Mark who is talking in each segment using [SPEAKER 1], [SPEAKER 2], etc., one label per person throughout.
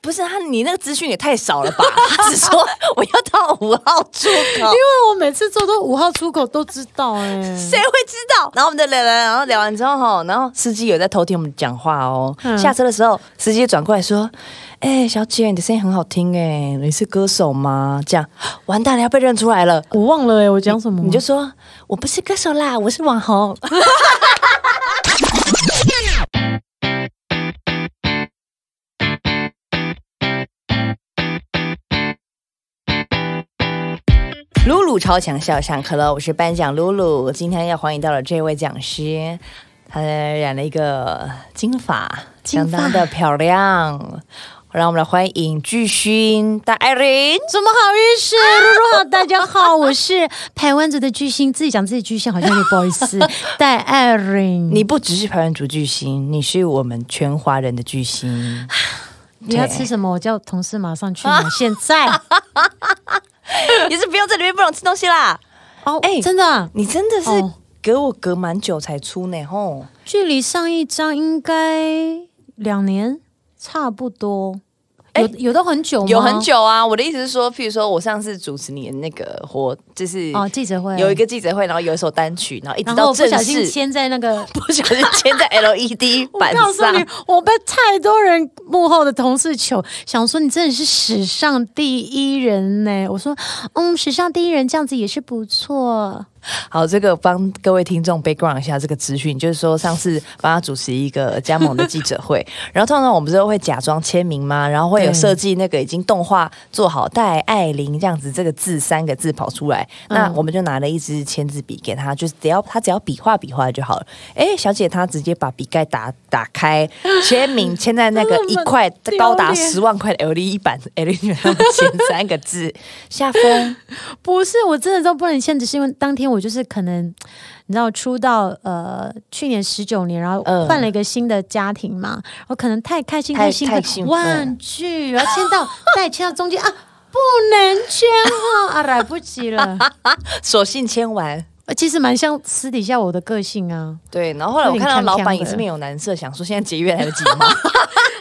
[SPEAKER 1] 不是他，你那个资讯也太少了吧？ 他只说我要到五号出口
[SPEAKER 2] 因，为我每次做都五号出口都知道哎、
[SPEAKER 1] 谁会知道？然后我们就聊聊，然后聊完之后哈，然后司机有在偷听我们讲话哦。
[SPEAKER 2] 嗯
[SPEAKER 1] 下车的时候，司机转过来说：“哎、小姐，你的声音很好听哎，你是歌手吗？”这样完蛋了，要被认出来了。
[SPEAKER 2] 我忘了哎、我讲什么？
[SPEAKER 1] 你就说我不是歌手啦，我是网红。 露露超强笑上课了，我是颁奖露露。今天要欢迎到了这位讲师，她染了一个金发，
[SPEAKER 2] 金
[SPEAKER 1] 相
[SPEAKER 2] 发
[SPEAKER 1] 当的漂亮。让我们来欢迎巨星大艾琳。
[SPEAKER 2] 怎么好意思？露露好，大家好，我是台湾族的巨星，自己讲自己巨星好像有点不好意思。戴爱玲，
[SPEAKER 1] 你不只是排湾族巨星，你是我们全华人的巨 星。
[SPEAKER 2] 你要吃什么？我叫同事马上去买，现在。
[SPEAKER 1] 你是不用在里面不能吃东西啦。
[SPEAKER 2] 哦，
[SPEAKER 1] 哎
[SPEAKER 2] 真的啊，
[SPEAKER 1] 你真的是
[SPEAKER 2] 哦
[SPEAKER 1] 隔我隔蛮久才出呢，吼！
[SPEAKER 2] 距离上一张应该两年差不多，有有到很久吗？
[SPEAKER 1] 有很久啊。我的意思是说，譬如说我上次主持你的那个活，就是
[SPEAKER 2] 哦，记者会
[SPEAKER 1] 有一，个记者会，然后有一首单曲，然后一直
[SPEAKER 2] 然后
[SPEAKER 1] 到
[SPEAKER 2] 我不
[SPEAKER 1] 正
[SPEAKER 2] 小心
[SPEAKER 1] 式，
[SPEAKER 2] 签在那个
[SPEAKER 1] 不小心签在 E LED
[SPEAKER 2] 我
[SPEAKER 1] 板
[SPEAKER 2] 告诉
[SPEAKER 1] 上
[SPEAKER 2] 你。，我被太多人幕后的同事求，想说你真的是史上第一人呢、我说，嗯，史上第一人这样子也是不错。
[SPEAKER 1] 好，这个帮各位听众 background 一下这个资讯，就是说上次帮他主持一个加盟的记者会，然后通常我们不是会假装签名吗？然后会有
[SPEAKER 2] 对
[SPEAKER 1] 设计那个已经动画做好“戴爱玲”这样子这个字三个字跑出来，那
[SPEAKER 2] 嗯
[SPEAKER 1] 我们就拿了一支签字笔给他，就是只要他只要比划比划就好了。哎，小姐她直接把笔盖打打开，签名签在那个一块
[SPEAKER 2] 丢脸
[SPEAKER 1] 高达十万块的 LED 板 LED 上面签三个字，夏 风
[SPEAKER 2] 不是，我真的都不能签，只是因为当天我就是可能，你知道出道呃，去年十九年，然后
[SPEAKER 1] 嗯
[SPEAKER 2] 换了一个新的家庭嘛，我可能太开心，
[SPEAKER 1] 太
[SPEAKER 2] 太兴奋
[SPEAKER 1] 太兴奋
[SPEAKER 2] 万句，然后签到， 再签到中间啊，不能签哈，啊，来不及 了。
[SPEAKER 1] 索性签完。
[SPEAKER 2] 呃其实蛮像私底下我的个性啊。
[SPEAKER 1] 对，然后后来我看到老板也是面有难色，想说现在节约来得及 吗？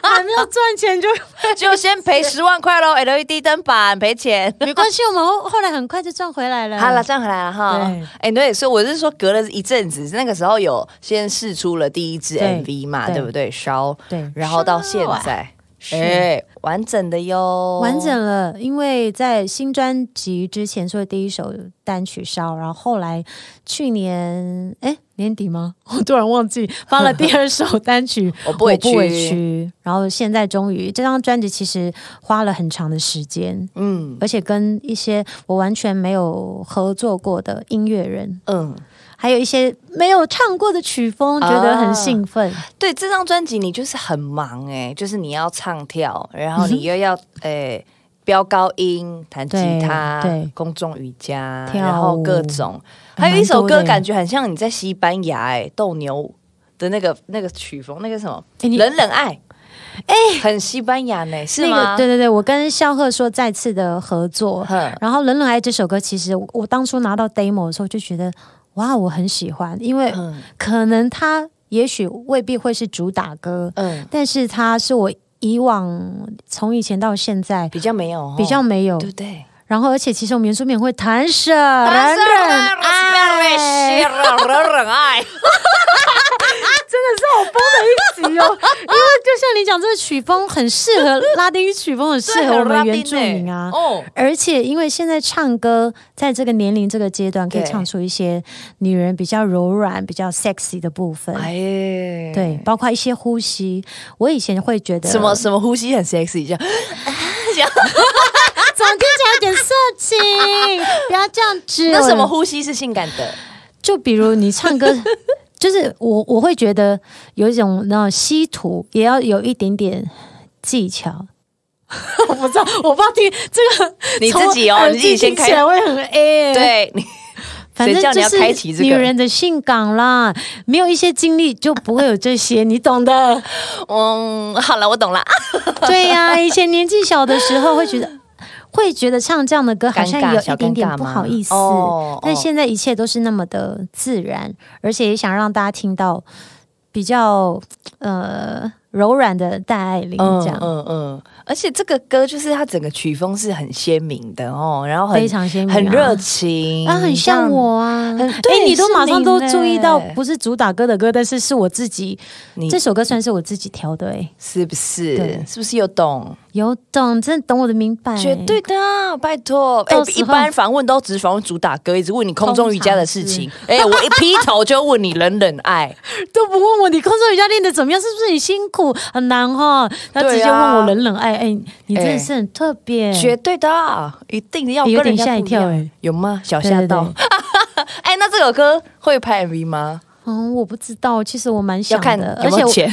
[SPEAKER 2] 还没有赚钱就。
[SPEAKER 1] 就先赔十万块喽，LED 灯板赔钱
[SPEAKER 2] 没关系，我们后后来很快就赚回来了。
[SPEAKER 1] 好了，，站回来了哈
[SPEAKER 2] 对。
[SPEAKER 1] 哎，对，所以我是说，隔了一阵子，那个时候有先试出了第一支
[SPEAKER 2] 对
[SPEAKER 1] MV 嘛，
[SPEAKER 2] 对
[SPEAKER 1] 对啊不对？烧，
[SPEAKER 2] 对
[SPEAKER 1] 然后到现在，
[SPEAKER 2] 啊
[SPEAKER 1] 哎，完整的哟，
[SPEAKER 2] 完整了，因为在新专辑之前出的第一首单曲《烧》，然后后来去年哎年底吗？ 我突然忘记发了第二首单曲《
[SPEAKER 1] 我 不委屈
[SPEAKER 2] 我不委屈》，然后现在终于这张专辑其实花了很长的时间，
[SPEAKER 1] 嗯
[SPEAKER 2] 而且跟一些我完全没有合作过的音乐人，
[SPEAKER 1] 嗯，
[SPEAKER 2] 还有一些没有唱过的曲风，觉得
[SPEAKER 1] 啊
[SPEAKER 2] 很兴奋。
[SPEAKER 1] 对，这张专辑你就是很忙哎、就是你要唱跳，然
[SPEAKER 2] 嗯
[SPEAKER 1] 后你又要诶、飙高音、弹吉
[SPEAKER 2] 对
[SPEAKER 1] 他
[SPEAKER 2] 对、
[SPEAKER 1] 公众瑜伽，
[SPEAKER 2] 跳
[SPEAKER 1] 然后各
[SPEAKER 2] 舞
[SPEAKER 1] 种，还
[SPEAKER 2] 还
[SPEAKER 1] 有一
[SPEAKER 2] 蛮
[SPEAKER 1] 首
[SPEAKER 2] 多
[SPEAKER 1] 歌
[SPEAKER 2] 的
[SPEAKER 1] 感觉很像你在西班牙哎、斗牛的那个那个曲风，那个什么
[SPEAKER 2] 诶你
[SPEAKER 1] 冷冷爱。哎、很西班牙呢、是
[SPEAKER 2] 那
[SPEAKER 1] 吗？
[SPEAKER 2] 个，对对对，我跟肖鹤说再次的合作，
[SPEAKER 1] 哼，
[SPEAKER 2] 然后《冷冷爱》这首歌，其实我我当初拿到 demo 的时候就觉得，哇，我很喜欢，因为
[SPEAKER 1] 嗯
[SPEAKER 2] 可能它也许未必会是主打歌，
[SPEAKER 1] 嗯，
[SPEAKER 2] 但是它是我以往从以前到现在
[SPEAKER 1] 比较没有哦，
[SPEAKER 2] 比较没有
[SPEAKER 1] 对，不对？
[SPEAKER 2] 然后而且其实我们原住民会弹舌，
[SPEAKER 1] 当
[SPEAKER 2] 冷
[SPEAKER 1] 然
[SPEAKER 2] 冷
[SPEAKER 1] 爱，
[SPEAKER 2] 爱，
[SPEAKER 1] 啊冷冷爱，
[SPEAKER 2] 真的 是好疯的一集哦，因为就像你讲，这个曲风很适合拉丁曲风，很适合我们原住民啊，
[SPEAKER 1] 哦，
[SPEAKER 2] 而且，因为现在唱歌，在这个年龄、这个阶段，可以
[SPEAKER 1] 对
[SPEAKER 2] 唱出一些女人比较柔软、比较 sexy 的部分。
[SPEAKER 1] 哎，
[SPEAKER 2] 对，包括一些呼吸，我以前会觉得啊
[SPEAKER 1] 什么什么呼吸很 sexy，这样 这样。
[SPEAKER 2] 怎么听起来有点色 情？不要这样子。
[SPEAKER 1] 那什么？呼吸是性感的？
[SPEAKER 2] 就比如你唱 歌，就是我我会觉得有一种那种吸吐，也要有一点点技巧。我不知道，我不知道听这个，呃
[SPEAKER 1] 你自己哦，你自己先
[SPEAKER 2] 听起来
[SPEAKER 1] 开。
[SPEAKER 2] 会很 A。
[SPEAKER 1] 对，你
[SPEAKER 2] 反正
[SPEAKER 1] 谁叫你
[SPEAKER 2] 就
[SPEAKER 1] 要
[SPEAKER 2] 是
[SPEAKER 1] 开启这个
[SPEAKER 2] 女人的性感啦，没有一些经历就不会有这些，你懂的。
[SPEAKER 1] 嗯，好了，我懂
[SPEAKER 2] 哎
[SPEAKER 1] 了。
[SPEAKER 2] 对呀、以前年纪小的时候会觉得， 会觉得唱这样的歌好像
[SPEAKER 1] 尴尬
[SPEAKER 2] 有
[SPEAKER 1] 小
[SPEAKER 2] 一点
[SPEAKER 1] 尴尬
[SPEAKER 2] 点不
[SPEAKER 1] 吗
[SPEAKER 2] 好意思，
[SPEAKER 1] 哦哦
[SPEAKER 2] 但现在一切都是那么的自然，而且也想让大家听到比较呃柔软的戴爱玲这样，
[SPEAKER 1] 嗯嗯，而且这个歌就是它整个曲风是很鲜明的哦，然后很
[SPEAKER 2] 非常鲜明、啊，
[SPEAKER 1] 很热情
[SPEAKER 2] 啊，很像我啊。
[SPEAKER 1] 这样。很
[SPEAKER 2] 哎、
[SPEAKER 1] 对，
[SPEAKER 2] 你都
[SPEAKER 1] 是
[SPEAKER 2] 马上
[SPEAKER 1] 你
[SPEAKER 2] 都
[SPEAKER 1] 呢
[SPEAKER 2] 注意到，不是主打歌的歌，但是是我自己
[SPEAKER 1] 你
[SPEAKER 2] 这首歌算是我自己挑的、哎，
[SPEAKER 1] 是不是
[SPEAKER 2] 对？
[SPEAKER 1] 是不是有懂？
[SPEAKER 2] 有懂，真的懂我的明白，
[SPEAKER 1] 绝对的啊，拜托！哎、
[SPEAKER 2] 到时候
[SPEAKER 1] 一般访问都只访问主打歌，一直问你空中瑜伽的事情。哎、我一劈头就问你冷冷爱，
[SPEAKER 2] 都不问我你空中瑜伽练的怎么样，是不是很辛苦很难哈？他
[SPEAKER 1] 对啊
[SPEAKER 2] 直接问我冷冷爱，哎、你真
[SPEAKER 1] 哎
[SPEAKER 2] 的是很特别，
[SPEAKER 1] 绝对的啊，一定的要
[SPEAKER 2] 哎
[SPEAKER 1] 跟
[SPEAKER 2] 有
[SPEAKER 1] 人
[SPEAKER 2] 点
[SPEAKER 1] 家
[SPEAKER 2] 吓一
[SPEAKER 1] 不一
[SPEAKER 2] 跳
[SPEAKER 1] 样。
[SPEAKER 2] 哎
[SPEAKER 1] 有吗？小
[SPEAKER 2] 对
[SPEAKER 1] 吓
[SPEAKER 2] 对
[SPEAKER 1] 到
[SPEAKER 2] 对。
[SPEAKER 1] 哎、那这首歌会拍 MV 吗？
[SPEAKER 2] 嗯，我不知道，其实我蛮
[SPEAKER 1] 要
[SPEAKER 2] 想
[SPEAKER 1] 看
[SPEAKER 2] 的，
[SPEAKER 1] 有没
[SPEAKER 2] 而且
[SPEAKER 1] 有
[SPEAKER 2] 我
[SPEAKER 1] 钱。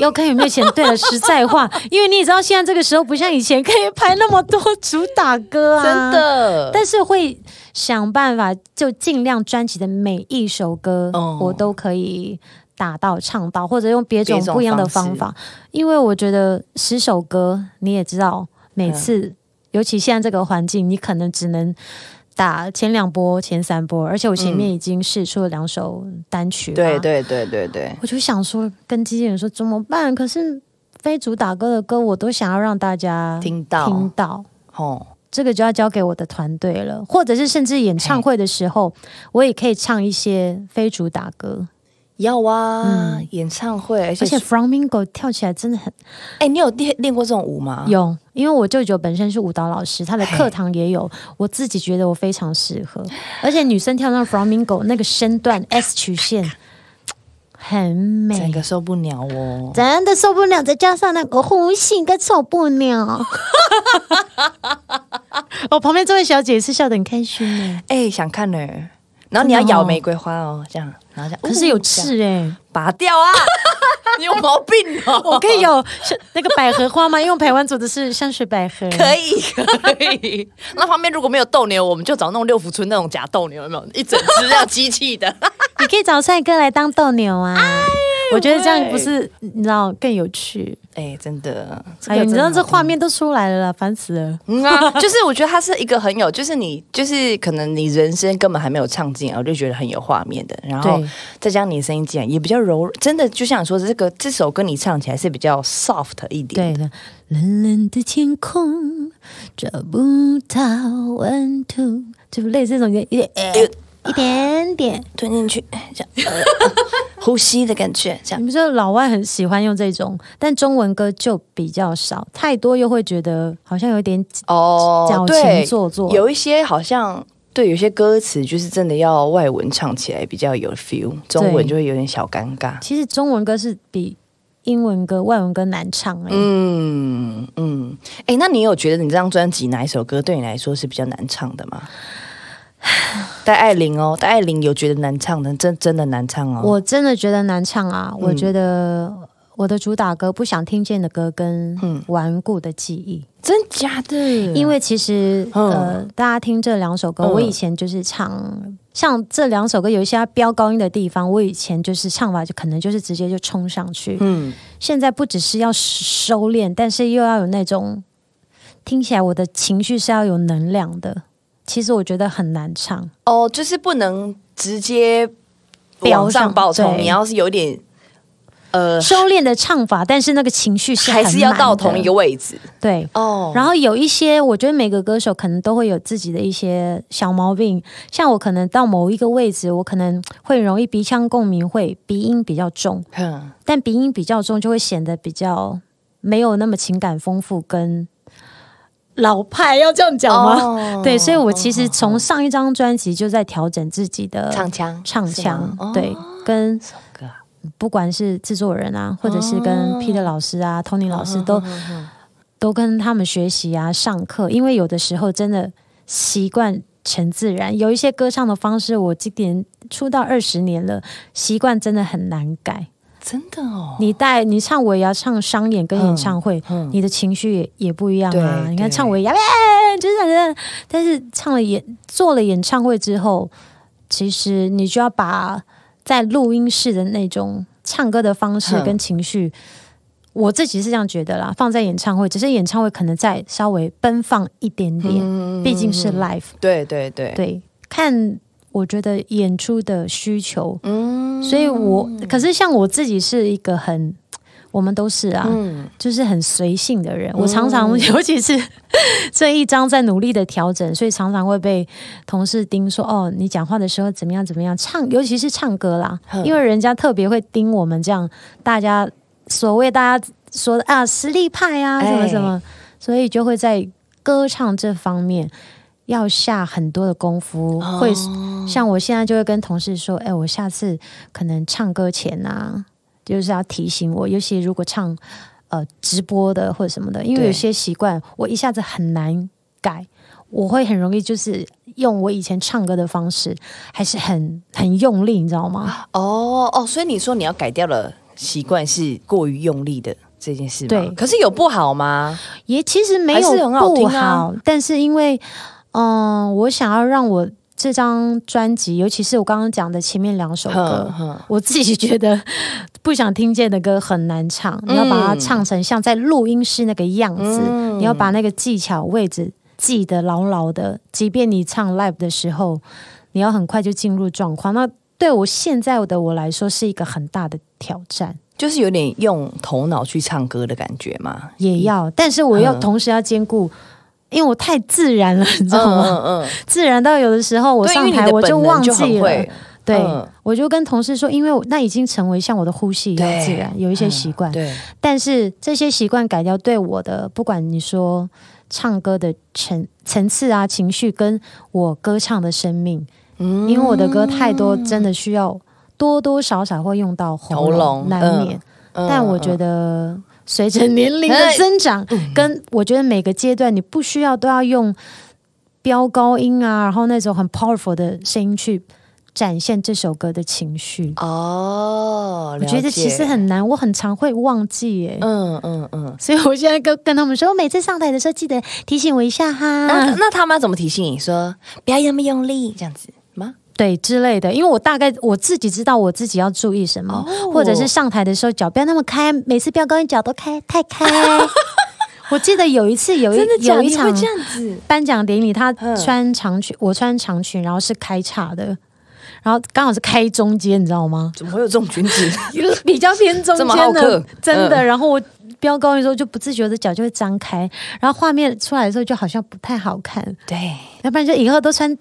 [SPEAKER 2] 要看有没有钱。对了，实在话，因为你也知道现在这个时候不像以前可以拍那么多主打歌啊，
[SPEAKER 1] 真。的，
[SPEAKER 2] 但是会想办法，就尽量专辑的每一首歌，
[SPEAKER 1] 哦
[SPEAKER 2] 我都可以打到唱到，或者用别种
[SPEAKER 1] 别种
[SPEAKER 2] 不一样的
[SPEAKER 1] 方
[SPEAKER 2] 方
[SPEAKER 1] 式
[SPEAKER 2] 法。因为我觉得十首歌，你也知道，每次、
[SPEAKER 1] 嗯
[SPEAKER 2] 尤其现在这个环境，你可能只能。打前两波、前三波，而且我前面已经试出了两首单曲、嘛。
[SPEAKER 1] 嗯对对对对对，
[SPEAKER 2] 我就想说，跟经纪人说怎么办？可是非主打歌的歌，我都想要让大家
[SPEAKER 1] 听到
[SPEAKER 2] 听到，
[SPEAKER 1] 哦，
[SPEAKER 2] 这个就要交给我的团队了，或者是甚至演唱会的时候，我也可以唱一些非主打歌。
[SPEAKER 1] 要啊，
[SPEAKER 2] 嗯
[SPEAKER 1] 演唱会，而
[SPEAKER 2] 而且
[SPEAKER 1] 且，
[SPEAKER 2] Flamingo 跳起来真的很
[SPEAKER 1] 哎、你有练练过这种舞吗？
[SPEAKER 2] 有，因为我舅舅本身是舞蹈老师，他的
[SPEAKER 1] 嘿
[SPEAKER 2] 课堂也有，我自己觉得我非常适合。而且女生跳那 Flamingo 那个身段 S 曲线很
[SPEAKER 1] 整
[SPEAKER 2] 美，
[SPEAKER 1] 个受不了哦。
[SPEAKER 2] 真的受不了，再加上那个呼吸跟受不了。我旁边这位小姐也是笑得很开心呢，
[SPEAKER 1] 哎、想看呢、然后你要
[SPEAKER 2] 真的哦
[SPEAKER 1] 咬玫瑰花哦，这样，然后这样，
[SPEAKER 2] 可是有
[SPEAKER 1] 哦这样
[SPEAKER 2] 刺哎、
[SPEAKER 1] 拔掉啊！ 你有毛病哦！
[SPEAKER 2] 我可以有是那个百合花吗？因为我们台湾做的是香水百合，
[SPEAKER 1] 可以可以。那旁边如果没有斗牛，我们就找那种六福村那种假斗牛，有没有？一整只要机器的，
[SPEAKER 2] 你可以找帅哥来当斗牛啊。我觉得这样
[SPEAKER 1] 哎喂
[SPEAKER 2] 不是你知道更有趣？
[SPEAKER 1] 哎、真的，
[SPEAKER 2] 哎呦，你知道这画
[SPEAKER 1] 面。
[SPEAKER 2] 面都出来了啦，烦死了。
[SPEAKER 1] 嗯啊， 就是我觉得它是一个很有，就是你就是可能你人生根本还没有唱进来，我就觉得很有画面的。然后
[SPEAKER 2] 对
[SPEAKER 1] 再加上你的声音进来也比较柔，真的就像你说的这个这首歌你唱起来是比较 soft 一点。
[SPEAKER 2] 对的，冷冷的天空找不到温度，就类似这种一点
[SPEAKER 1] 呃
[SPEAKER 2] 一点点。
[SPEAKER 1] 对，吞进去这样、 呃呃呼吸的感觉，这样
[SPEAKER 2] 你们说老外很喜欢用这种，但中文歌就比较少，太多又会觉得好像有点
[SPEAKER 1] 哦
[SPEAKER 2] 矫，情
[SPEAKER 1] 对，
[SPEAKER 2] 做作。
[SPEAKER 1] 有一些好像。对，有些歌词就是真的要外文唱起来比较有 feel，中文就会有点小尴尬。
[SPEAKER 2] 其实中文歌是比英文歌、外文歌难唱哎、
[SPEAKER 1] 嗯嗯，哎、那你有觉得你这张专辑哪一首歌对你来说是比较难唱的 吗？戴爱玲哦，戴爱玲有觉得难唱的，真真的难唱哦。
[SPEAKER 2] 我真的觉得难唱
[SPEAKER 1] 嗯
[SPEAKER 2] 啊！我觉得我的主打歌《不想听见的歌》跟
[SPEAKER 1] 嗯
[SPEAKER 2] 《顽固的记忆》
[SPEAKER 1] 真假的，因
[SPEAKER 2] 因为其实呃，大家听这两首歌，
[SPEAKER 1] 嗯
[SPEAKER 2] 我以前就是唱。像这两首歌有一些它飙高音的地方，我以前就是唱法就可能就是直接就冲上去。
[SPEAKER 1] 嗯
[SPEAKER 2] 现在不只是要收敛，但是又要有那种听起来我的情绪是要有能量的。其实我觉得很难唱，
[SPEAKER 1] 哦，就是不能直接
[SPEAKER 2] 飙
[SPEAKER 1] 往上
[SPEAKER 2] 上
[SPEAKER 1] 爆冲，
[SPEAKER 2] 对
[SPEAKER 1] 你要是有点呃，
[SPEAKER 2] 收敛的唱法，但是那个情绪是
[SPEAKER 1] 还是要
[SPEAKER 2] 很满
[SPEAKER 1] 到
[SPEAKER 2] 的
[SPEAKER 1] 同一个位置
[SPEAKER 2] 对。
[SPEAKER 1] 哦。
[SPEAKER 2] 然后有一些，我觉得每个歌手可能都会有自己的一些小毛病，像我可能到某一个位置，我可能会容易鼻腔共鸣，会鼻音比较重，
[SPEAKER 1] 嗯
[SPEAKER 2] 但鼻音比较重就会显得比较没有那么情感丰富跟老派，要这样讲吗？
[SPEAKER 1] 哦
[SPEAKER 2] 对，所以我其实从上一张专辑就在调整自己的
[SPEAKER 1] 唱腔
[SPEAKER 2] 呃唱
[SPEAKER 1] 是
[SPEAKER 2] 腔
[SPEAKER 1] 吗，哦
[SPEAKER 2] 对，跟
[SPEAKER 1] 这首歌啊
[SPEAKER 2] 不管是制作人啊，或者是跟 Peter 老师啊、Tony 老师都都跟他们学习啊、上课，因为有的时候真的习惯成自然，有一些歌唱的方式，我今年出道二十年了，习惯真的很难改。
[SPEAKER 1] 真的哦，
[SPEAKER 2] 你带你唱我也要唱商演跟演唱会，
[SPEAKER 1] 嗯
[SPEAKER 2] 你的情绪也也不一样啊。
[SPEAKER 1] 对
[SPEAKER 2] 你看
[SPEAKER 1] 对
[SPEAKER 2] 唱我也要，就是但是唱了演做了演唱会之后，其实你就要把在录音室的那种唱歌的方式
[SPEAKER 1] 哼
[SPEAKER 2] 跟情绪。我自己是这样觉得啦，放在演唱会，只是演唱会可能再稍微奔放一点点，
[SPEAKER 1] 嗯
[SPEAKER 2] 毕竟是 live。
[SPEAKER 1] 对对对，
[SPEAKER 2] 对，看我觉得演出的需求，
[SPEAKER 1] 嗯
[SPEAKER 2] 所以我可是像我自己是一个很，我们都是啊，
[SPEAKER 1] 嗯
[SPEAKER 2] 就是很随性的人。我常常， 尤其是这一章在努力的调整，所以常常会被同事盯说：“哦，你讲话的时候怎么样怎么样唱，尤其是唱歌啦，因为人家特别会盯我们这样，大家所谓大家说的啊实力派啊什么什么，所以就会在歌唱这方面。”要下很多的功夫，会
[SPEAKER 1] 嗯
[SPEAKER 2] 像我现在就会跟同事说，哎、我下次可能唱歌前啊，就是要提醒我，尤其如果唱呃直播的或者什么的，因为
[SPEAKER 1] 对
[SPEAKER 2] 有些习惯我一下子很难改，我会很容易就是用我以前唱歌的方式，还是很很用力，你知道吗？
[SPEAKER 1] 哦哦，所以你说你要改掉的习惯是过于用力的这件事吗？
[SPEAKER 2] 对
[SPEAKER 1] 可是有不好吗？
[SPEAKER 2] 也其实没有
[SPEAKER 1] 还是很好
[SPEAKER 2] 不
[SPEAKER 1] 听
[SPEAKER 2] 好，
[SPEAKER 1] 啊
[SPEAKER 2] 但是因为嗯、我想要让我这张专辑，尤其是我刚刚讲的前面两首歌
[SPEAKER 1] 哼。哼
[SPEAKER 2] 我自己觉得不想听见的歌很难唱，你要把它唱成像在录音室那个样子，
[SPEAKER 1] 嗯
[SPEAKER 2] 你要把那个技巧位置记得牢牢的，即便你唱 live 的时候，你要很快就进入状况。那对我现在的我来说是一个很大的挑战，
[SPEAKER 1] 就是有点用头脑去唱歌的感觉嘛，
[SPEAKER 2] 也要，但是我要
[SPEAKER 1] 嗯
[SPEAKER 2] 同时要兼顾。因为我太自然了，你知道吗？
[SPEAKER 1] 嗯嗯嗯，
[SPEAKER 2] 自然到有的时候我
[SPEAKER 1] 对因
[SPEAKER 2] 上
[SPEAKER 1] 为你
[SPEAKER 2] 台
[SPEAKER 1] 的
[SPEAKER 2] 我
[SPEAKER 1] 本能
[SPEAKER 2] 忘
[SPEAKER 1] 就很
[SPEAKER 2] 记了，
[SPEAKER 1] 会
[SPEAKER 2] 对，
[SPEAKER 1] 嗯
[SPEAKER 2] 我就跟同事说，因为我那已经成为像我的呼吸一样
[SPEAKER 1] 对嗯
[SPEAKER 2] 自然，有一些习惯。
[SPEAKER 1] 对，
[SPEAKER 2] 但是这些习惯改掉，对我的不管你说唱歌的层层次啊、情绪，跟我歌唱的生命，
[SPEAKER 1] 嗯
[SPEAKER 2] 因为我的歌太多，真的需要多多少少会用到喉
[SPEAKER 1] 喉咙
[SPEAKER 2] 难免。
[SPEAKER 1] 嗯
[SPEAKER 2] 但我觉得随着年龄的增长，
[SPEAKER 1] 嗯
[SPEAKER 2] 跟我觉得每个阶段你不需要都要用飙高音啊，然后那种很 powerful 的声音去展现这首歌的情绪。
[SPEAKER 1] 哦，
[SPEAKER 2] 我觉
[SPEAKER 1] 了
[SPEAKER 2] 得
[SPEAKER 1] 解
[SPEAKER 2] 其实很难，我很常会忘记耶、
[SPEAKER 1] 嗯嗯嗯，
[SPEAKER 2] 所以我现在跟跟他们说，我每次上台的时候记得提醒我一下哈，
[SPEAKER 1] 那那他们要怎么提醒你说不要那么用力这样子吗？
[SPEAKER 2] 对之类的，因为我大概我自己知道我自己要注意什么，
[SPEAKER 1] 哦
[SPEAKER 2] 或者是上台的时候脚不要那么开，每次飙高音脚都开太开。 我记得有一次有一
[SPEAKER 1] 真的假
[SPEAKER 2] 有
[SPEAKER 1] 的？
[SPEAKER 2] 一
[SPEAKER 1] 你会
[SPEAKER 2] 场
[SPEAKER 1] 这样子？
[SPEAKER 2] 颁奖典礼，他
[SPEAKER 1] 嗯
[SPEAKER 2] 穿长裙，我穿长裙，然后是开叉的，然后刚好是开中间，你知道吗？
[SPEAKER 1] 怎么会有这种裙子？
[SPEAKER 2] 比较偏中
[SPEAKER 1] 这么好
[SPEAKER 2] 间的
[SPEAKER 1] 客，
[SPEAKER 2] 真的。
[SPEAKER 1] 嗯
[SPEAKER 2] 然后我飙高音的时候，就不自觉的脚就会张开，然后画面出来的时候就好像不太好看，
[SPEAKER 1] 对，
[SPEAKER 2] 要不然就以后都穿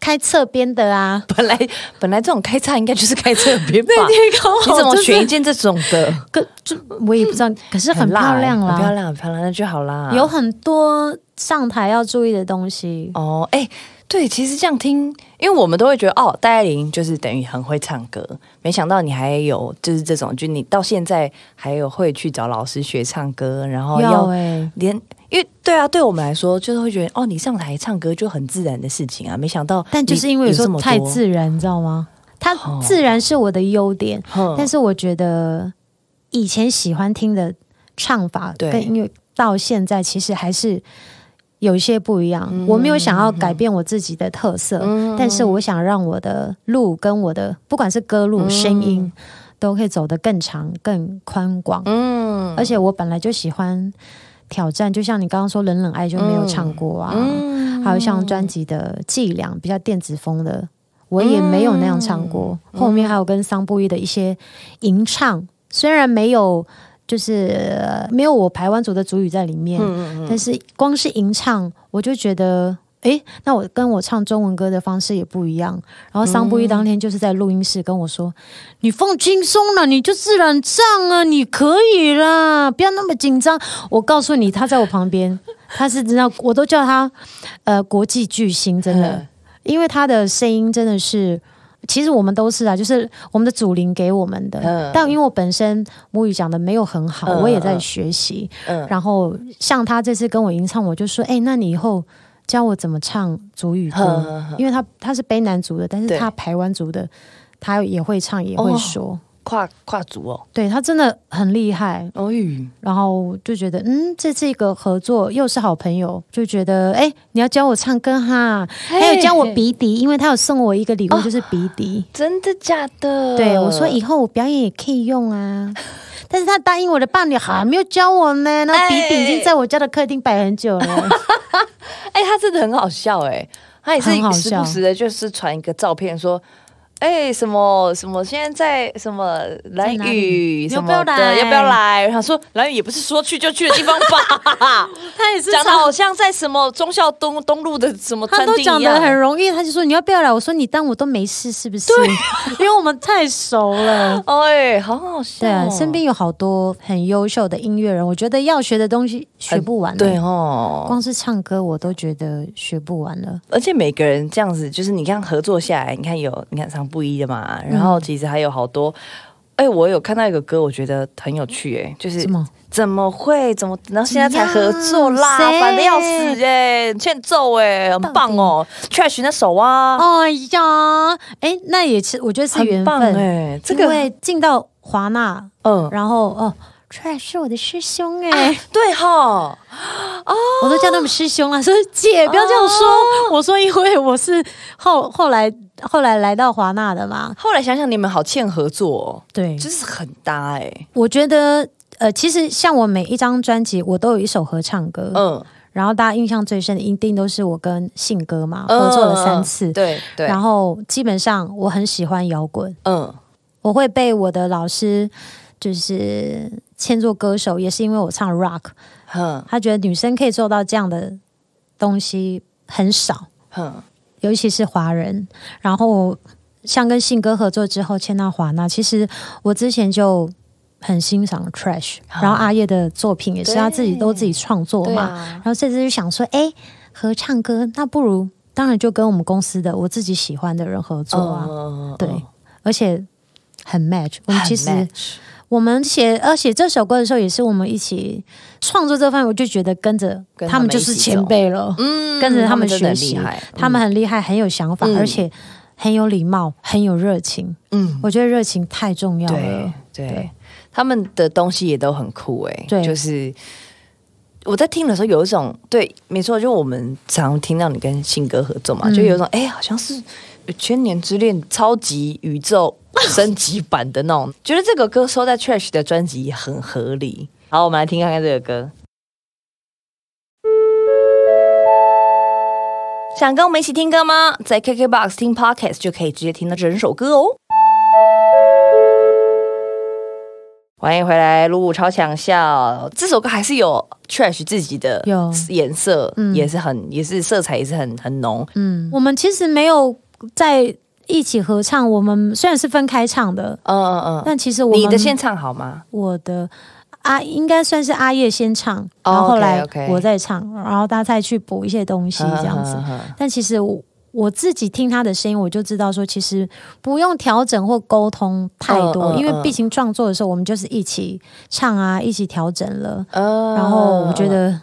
[SPEAKER 2] 开侧边的啊。
[SPEAKER 1] 本来本来这种开叉应该就是开侧 边吧？
[SPEAKER 2] 你
[SPEAKER 1] 你怎么选一件这种的？
[SPEAKER 2] 可就我也不知道，可是很漂亮
[SPEAKER 1] 很辣欸很漂
[SPEAKER 2] 啦，
[SPEAKER 1] 亮，很啊漂亮，那就好啦。
[SPEAKER 2] 有很多上台要注意的东西。
[SPEAKER 1] 哦，哎、对，其实这样听，因为我们都会觉得哦，戴爱玲就是等于很会唱歌，没想到你还有就是这种，就你到现在还有会去找老师学唱歌，然后
[SPEAKER 2] 要
[SPEAKER 1] 要
[SPEAKER 2] 哎、
[SPEAKER 1] 连。因为对啊，对我们来说就是会觉得哦，你上台唱歌就很自然的事情啊，没想到，
[SPEAKER 2] 但就是因为
[SPEAKER 1] 有
[SPEAKER 2] 有时
[SPEAKER 1] 这
[SPEAKER 2] 候
[SPEAKER 1] 么
[SPEAKER 2] 太
[SPEAKER 1] 多，
[SPEAKER 2] 自然，你知道吗？它
[SPEAKER 1] 哦
[SPEAKER 2] 自然是我的优点，
[SPEAKER 1] 哼
[SPEAKER 2] 但是我觉得以前喜欢听的唱法
[SPEAKER 1] 对
[SPEAKER 2] 跟音乐到现在其实还是有一些不一样。我没有想要改变我自己的特色，但是我想让我的路跟我的不管是歌路、声音都可以走得更长、更宽广。
[SPEAKER 1] 嗯
[SPEAKER 2] 而且我本来就喜欢挑战，就像你刚刚说，冷冷爱就没有唱过啊。
[SPEAKER 1] 嗯
[SPEAKER 2] 还有像专辑的伎俩比较电子风的，我也没有那样唱过。
[SPEAKER 1] 嗯
[SPEAKER 2] 后面还有跟桑布伊的一些吟唱，虽然没有就是、呃没有我排湾族的主语在里
[SPEAKER 1] 嗯
[SPEAKER 2] 面，但是光是吟唱，我就觉得。诶，那我跟我唱中文歌的方式也不一样。然后桑布伊当天就是在录音室跟我说：“你放轻松了，你就自然唱啊，你可以啦，不要那么紧张。”我告诉你，他在我旁边，他是知道，我都叫他呃国际巨星，真的
[SPEAKER 1] 嗯，
[SPEAKER 2] 因为他的声音真的是，其实我们都是啊，就是我们的祖灵给我们的。
[SPEAKER 1] 嗯
[SPEAKER 2] 但因为我本身母语讲的没有很好，
[SPEAKER 1] 嗯
[SPEAKER 2] 我也在学习。
[SPEAKER 1] 嗯
[SPEAKER 2] 然后像他这次跟我吟唱，我就说，哎、那你以后教我怎么唱祖语歌，
[SPEAKER 1] 呵呵呵
[SPEAKER 2] 因为他他是卑南族的，但是
[SPEAKER 1] 对哦
[SPEAKER 2] 他排湾族的，他也会唱也会说。
[SPEAKER 1] 跨跨足哦，
[SPEAKER 2] 对他真的很厉害，
[SPEAKER 1] 哦语
[SPEAKER 2] 然后就觉得，嗯，这是一个合作，又是好朋友，就觉得，哎、你要教我唱歌哈，还有教我鼻笛，因为他有送我一个礼物，
[SPEAKER 1] 哦
[SPEAKER 2] 就是鼻笛。
[SPEAKER 1] 真的假的？
[SPEAKER 2] 对我说，以后我表演也可以用啊。但是他答应我的伴侣还没有教我呢，
[SPEAKER 1] 哎
[SPEAKER 2] 那鼻笛已经在我家的客厅摆很久了。
[SPEAKER 1] 哎、他真的很好笑哎、他也是
[SPEAKER 2] 很好
[SPEAKER 1] 时
[SPEAKER 2] 笑
[SPEAKER 1] 不时的，就是传一个照片说，哎、什么什么，现在在什么蓝
[SPEAKER 2] 哪
[SPEAKER 1] 雨
[SPEAKER 2] 里
[SPEAKER 1] 什么
[SPEAKER 2] 要不要
[SPEAKER 1] 的，
[SPEAKER 2] 来
[SPEAKER 1] 要不要来？我想说蓝雨也不是说去就去的地方 吧，
[SPEAKER 2] 他也是
[SPEAKER 1] 讲的
[SPEAKER 2] 唱
[SPEAKER 1] 好像在什么忠孝东东路的什么
[SPEAKER 2] 他
[SPEAKER 1] 餐
[SPEAKER 2] 都
[SPEAKER 1] 厅
[SPEAKER 2] 讲
[SPEAKER 1] 一
[SPEAKER 2] 的
[SPEAKER 1] 样。
[SPEAKER 2] 很容易，他就说你要不要来？我说你当我都没事是不是？因为我们太熟了。
[SPEAKER 1] 哎，好好笑、
[SPEAKER 2] 对
[SPEAKER 1] 哦。
[SPEAKER 2] 啊，身边有好多很优秀的音乐人，我觉得要学的东西学不完、欸
[SPEAKER 1] 对，哦，
[SPEAKER 2] 光是唱歌我都觉得学不完了。
[SPEAKER 1] 而且每个人这样子，就是你看合作下来，你看有你看上不一的嘛，然
[SPEAKER 2] 嗯
[SPEAKER 1] 后其实还有好多。哎、我有看到一个歌，我觉得很有趣、哎，就是
[SPEAKER 2] 什么？
[SPEAKER 1] 怎么会怎么，然后现在才
[SPEAKER 2] 怎
[SPEAKER 1] 合
[SPEAKER 2] 样
[SPEAKER 1] 作啦，
[SPEAKER 2] 谁
[SPEAKER 1] 烦的要死哎、欠揍哎、很棒哦，Trash 那首啊，
[SPEAKER 2] 哎呀，欸哎，那也是，我觉得是
[SPEAKER 1] 很
[SPEAKER 2] 缘
[SPEAKER 1] 棒
[SPEAKER 2] 分。
[SPEAKER 1] 哎、这
[SPEAKER 2] 因
[SPEAKER 1] 个
[SPEAKER 2] 为进到华纳，
[SPEAKER 1] 嗯，
[SPEAKER 2] 然后哦。出来是我的师兄哎、
[SPEAKER 1] 对哈，
[SPEAKER 2] 我都叫他们师兄了。说姐不要这样说，
[SPEAKER 1] 哦
[SPEAKER 2] 我说因为我是后后来后来来到华纳的嘛，
[SPEAKER 1] 后来想想你们好欠合作、
[SPEAKER 2] 对
[SPEAKER 1] 哦，就是很搭哎、
[SPEAKER 2] 我觉得，呃，其实像我每一张专辑，我都有一首合唱歌，
[SPEAKER 1] 嗯，
[SPEAKER 2] 然后大家印象最深的一定都是我跟信哥嘛
[SPEAKER 1] 嗯
[SPEAKER 2] 合作了三次，
[SPEAKER 1] 对对，
[SPEAKER 2] 然后基本上我很喜欢摇滚，
[SPEAKER 1] 嗯
[SPEAKER 2] 我会被我的老师就是签作歌手，也是因为我唱 rock，
[SPEAKER 1] 哼
[SPEAKER 2] 他觉得女生可以做到这样的东西很少，
[SPEAKER 1] 哼，
[SPEAKER 2] 尤其是华人，然后。像跟信哥合作之后签到华纳，其实我之前就很欣赏 Trash，
[SPEAKER 1] 啊
[SPEAKER 2] 然后阿叶的作品也是
[SPEAKER 1] 对
[SPEAKER 2] 他自己都自己创作
[SPEAKER 1] 对
[SPEAKER 2] 嘛，
[SPEAKER 1] 啊
[SPEAKER 2] 然后这次就想说，哎，合唱歌那不如当然就跟我们公司的我自己喜欢的人合作啊，
[SPEAKER 1] 嗯
[SPEAKER 2] 对，而且很 match。我们其实
[SPEAKER 1] match
[SPEAKER 2] 我们写呃写这首歌的时候，也是我们一起创作这方面，我就觉得跟着
[SPEAKER 1] 跟他
[SPEAKER 2] 他
[SPEAKER 1] 们
[SPEAKER 2] 们就是前辈了，
[SPEAKER 1] 嗯
[SPEAKER 2] 跟着他们
[SPEAKER 1] 真的
[SPEAKER 2] 学
[SPEAKER 1] 很
[SPEAKER 2] 习
[SPEAKER 1] 厉害，
[SPEAKER 2] 他们很厉害，很有想法，
[SPEAKER 1] 嗯
[SPEAKER 2] 而且很有礼貌，很有热情。
[SPEAKER 1] 嗯，
[SPEAKER 2] 我觉得热情太重要
[SPEAKER 1] 对
[SPEAKER 2] 了。
[SPEAKER 1] 对
[SPEAKER 2] 对，
[SPEAKER 1] 他们的东西也都很酷哎、
[SPEAKER 2] 对
[SPEAKER 1] 就是。我在听的时候有一种对，没错，就我们常听到你跟信哥合作嘛，
[SPEAKER 2] 嗯
[SPEAKER 1] 就有一种哎、好像是《千年之恋》超级宇宙升级版的那种，觉得这个歌收在 Trash 的专辑也很合理。好，我们来听看看这个歌。想跟我们一起听歌吗？在 KKBOX 听 Podcast 就可以直接听到整首歌哦。欢迎回来，鲁鲁超强笑。这首歌还是有 Trash 自己的
[SPEAKER 2] 有
[SPEAKER 1] 颜色，
[SPEAKER 2] 嗯
[SPEAKER 1] 也是很也是色彩也是很很浓。
[SPEAKER 2] 嗯，我们其实没有在一起合唱，我们虽然是分开唱的，
[SPEAKER 1] 嗯嗯嗯。
[SPEAKER 2] 但其实我们
[SPEAKER 1] 你的现唱好吗？
[SPEAKER 2] 我的阿应该算是阿叶先唱，
[SPEAKER 1] 哦
[SPEAKER 2] 然后后来
[SPEAKER 1] OK，OK
[SPEAKER 2] 我再唱，然后大家再去补一些东西这样子。
[SPEAKER 1] 嗯嗯嗯
[SPEAKER 2] 但其实我我自己听他的声音，我就知道说，其实不用调整或沟通太多，
[SPEAKER 1] 嗯嗯嗯
[SPEAKER 2] 因为毕竟创作的时候，我们就是一起唱啊，一起调整了。
[SPEAKER 1] 嗯
[SPEAKER 2] 然后我觉得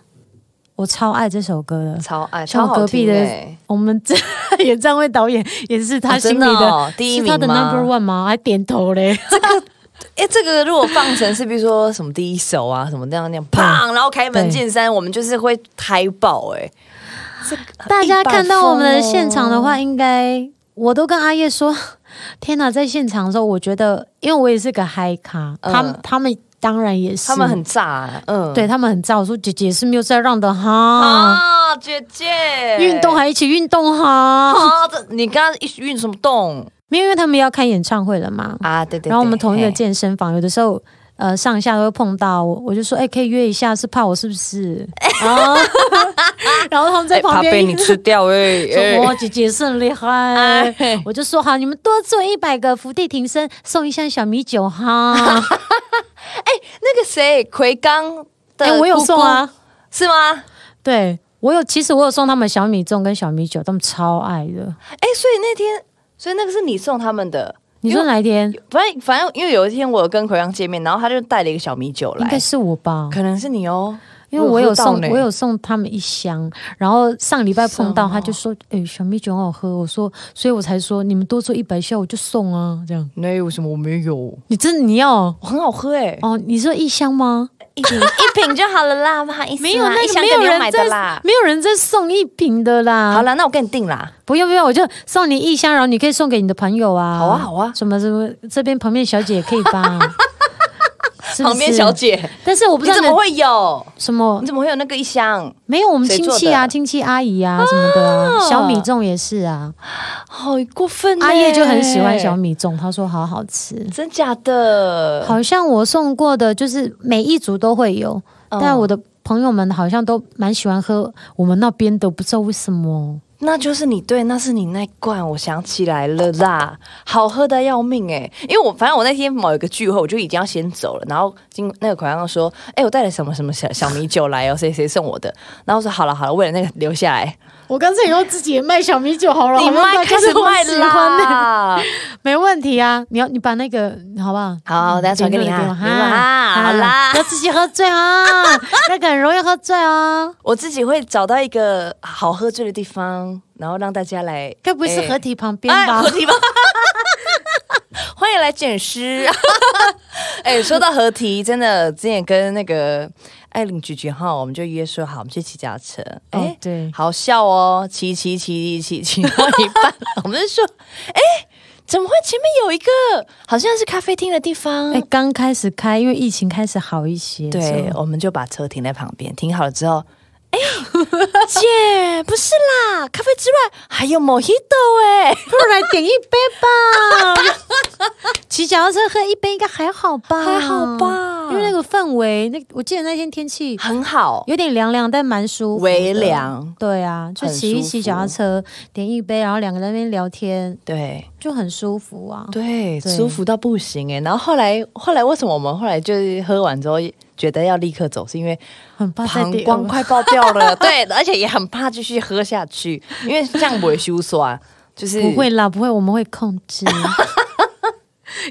[SPEAKER 2] 我超爱这首歌的。
[SPEAKER 1] 超爱，
[SPEAKER 2] 像
[SPEAKER 1] 超
[SPEAKER 2] 我
[SPEAKER 1] 好
[SPEAKER 2] 隔壁
[SPEAKER 1] 听
[SPEAKER 2] 的
[SPEAKER 1] 欸
[SPEAKER 2] 我们这 演唱会导演也是他
[SPEAKER 1] 哦真
[SPEAKER 2] 心里
[SPEAKER 1] 的
[SPEAKER 2] 的,、
[SPEAKER 1] 哦第一
[SPEAKER 2] 是
[SPEAKER 1] 名
[SPEAKER 2] 他的
[SPEAKER 1] 吗
[SPEAKER 2] number one 吗？还点头 嘞。
[SPEAKER 1] 哎、这个如果放成是比如说什么第一首啊，什么那样那样，
[SPEAKER 2] 嗯
[SPEAKER 1] 砰，然后开门见山，我们就是会嗨爆哎、这个
[SPEAKER 2] 大家看到我们的现场的
[SPEAKER 1] 一
[SPEAKER 2] 话，应该我都跟阿叶说， 天哪，在现场的时候，我觉得，因为我也是个嗨咖，
[SPEAKER 1] 嗯
[SPEAKER 2] 他们他们当然也
[SPEAKER 1] 把风
[SPEAKER 2] 是，
[SPEAKER 1] 他们很炸、啊，嗯，
[SPEAKER 2] 对他们很燥，我说姐姐是没有在让的哈，
[SPEAKER 1] 啊，姐姐
[SPEAKER 2] 运动还一起运动哈，
[SPEAKER 1] 啊，这你刚刚一运什么动
[SPEAKER 2] 没有，因为他们要开演唱会了嘛，
[SPEAKER 1] 啊？对对对，
[SPEAKER 2] 然后我们同一个
[SPEAKER 1] 嘿
[SPEAKER 2] 健身房，有的时候。呃，上下都会碰到我，我就说，哎、可以约一下，是怕我是不是？ 啊，然后他们在
[SPEAKER 1] 哎
[SPEAKER 2] 旁
[SPEAKER 1] 怕
[SPEAKER 2] 边、
[SPEAKER 1] 被你吃掉哎、欸，
[SPEAKER 2] 说哇，姐姐是很厉害
[SPEAKER 1] 哎，
[SPEAKER 2] 我就说好，你们多做一百个伏地挺身，送一箱小米酒 哈。
[SPEAKER 1] 那个谁奎刚的、
[SPEAKER 2] 哎、我有送，啊，
[SPEAKER 1] 是吗？
[SPEAKER 2] 对我有，其实我有送他们小米粽跟小米酒，他们超爱的。
[SPEAKER 1] 哎、所以那天，所以那个是你送他们的。
[SPEAKER 2] 你说哪一天？
[SPEAKER 1] 反正反正，因为有一天我有跟奎刚见面，然后他就带了一个小米酒
[SPEAKER 2] 应
[SPEAKER 1] 来
[SPEAKER 2] 该，是我吧，
[SPEAKER 1] 可能是你哦，
[SPEAKER 2] 因为我有
[SPEAKER 1] 喝到
[SPEAKER 2] 送，
[SPEAKER 1] 呢
[SPEAKER 2] 我有送他们一箱。然后上礼拜碰
[SPEAKER 1] 什
[SPEAKER 2] 到，
[SPEAKER 1] 么
[SPEAKER 2] 他就说：“哎、小米酒很好喝。”我说：“所以我才说你们多做一百箱，我就送啊。”这样，
[SPEAKER 1] 没有什么我没有，
[SPEAKER 2] 你真的你要哦
[SPEAKER 1] 很好喝哎、
[SPEAKER 2] 哦？你说一箱吗？啊
[SPEAKER 1] 一瓶一瓶就好了啦，不好意思啦，啊
[SPEAKER 2] 没有那
[SPEAKER 1] 一
[SPEAKER 2] 个
[SPEAKER 1] 箱
[SPEAKER 2] 没
[SPEAKER 1] 给
[SPEAKER 2] 有
[SPEAKER 1] 你
[SPEAKER 2] 人
[SPEAKER 1] 买
[SPEAKER 2] 在
[SPEAKER 1] 的啦。
[SPEAKER 2] 没有人在送一瓶的啦。
[SPEAKER 1] 好啦，那我跟你定啦。
[SPEAKER 2] 不用不用，我就送你一箱，然后你可以送给你的朋友啊。
[SPEAKER 1] 好啊好啊
[SPEAKER 2] 什么什么，这边旁边小姐也可以 发。是不是
[SPEAKER 1] 旁边小，姐，
[SPEAKER 2] 但是我不
[SPEAKER 1] 你
[SPEAKER 2] 知道
[SPEAKER 1] 怎么会有？
[SPEAKER 2] 什么
[SPEAKER 1] 你怎么会有那个一箱？
[SPEAKER 2] 没有我们亲戚啊、
[SPEAKER 1] 谁做的哦
[SPEAKER 2] 亲戚阿姨啊什么的啊，小米粽也是啊，
[SPEAKER 1] 好过分、欸！
[SPEAKER 2] 阿叶就很喜欢小，米粽，他说好好吃。
[SPEAKER 1] 真假的？
[SPEAKER 2] 好像我送过的，就是每一组都会有，
[SPEAKER 1] 嗯
[SPEAKER 2] 但我的朋友们好像都蛮喜欢喝我们那边的，不知道为什么。
[SPEAKER 1] 那就是你对，那是你那罐，我想起来了啦，好喝的要命哎、因为我反正我那天某一个聚会，我就已经要先走了，然后经那个口香说，哎、我带了什么什么小小米酒来哦，谁谁送我的，然后我说好了好了，为了那个留下来，
[SPEAKER 2] 我干脆以后自己也卖小米酒好了，
[SPEAKER 1] 你卖开始卖啦，
[SPEAKER 2] 没问题啊。你要你把那个好不好？嗯
[SPEAKER 1] 好，我等下传给你
[SPEAKER 2] 联
[SPEAKER 1] 啊
[SPEAKER 2] 络，
[SPEAKER 1] 没问题啊好啦
[SPEAKER 2] 不，要自己喝醉啊，那个很容易喝醉啊。
[SPEAKER 1] 我自己会找到一个好喝醉的地方，然后让大家来，
[SPEAKER 2] 该不会是
[SPEAKER 1] 哎
[SPEAKER 2] 合体旁边
[SPEAKER 1] 哎，
[SPEAKER 2] 吧
[SPEAKER 1] 合？体吧。欢迎来捡尸。 哎、说到合体，真的之前跟那个艾琳菊菊哈，我们就约说好，我们去骑脚踏车。哎、
[SPEAKER 2] 哦，对，
[SPEAKER 1] 好笑哦，骑骑骑骑骑骑到一 半，我们就说，哎、怎么会前面有一个好像是咖啡厅的地方？
[SPEAKER 2] 哎，刚开始开，因为疫情开始好一些，
[SPEAKER 1] 嗯对，
[SPEAKER 2] 是吧
[SPEAKER 1] 我们就把车停在旁边，停好了之后，哎、姐，不是啦，咖啡之外还有 Mojito 哎、
[SPEAKER 2] 不如来点一杯吧。 骑脚踏车喝一杯应该还好吧？
[SPEAKER 1] 还好吧
[SPEAKER 2] 因为那个氛围，那我记得那天天气
[SPEAKER 1] 很好，
[SPEAKER 2] 有点凉凉，但蛮舒服，
[SPEAKER 1] 微。凉，
[SPEAKER 2] 对啊，就
[SPEAKER 1] 很
[SPEAKER 2] 骑一
[SPEAKER 1] 舒
[SPEAKER 2] 骑
[SPEAKER 1] 服
[SPEAKER 2] 脚踏车，点一杯，然后两个人在那边聊天，
[SPEAKER 1] 对。
[SPEAKER 2] 就很舒服啊。
[SPEAKER 1] 对，
[SPEAKER 2] 对
[SPEAKER 1] 舒服到不行哎。然后后来，后来为什么我们后来就是喝完之后觉得要立刻走，是因为
[SPEAKER 2] 很棒，
[SPEAKER 1] 膀
[SPEAKER 2] 再点
[SPEAKER 1] 胱快爆掉了， 对，而且也很怕继续喝下去，因为像维修 酸，就是
[SPEAKER 2] 不会啦，不会，我们会控 制。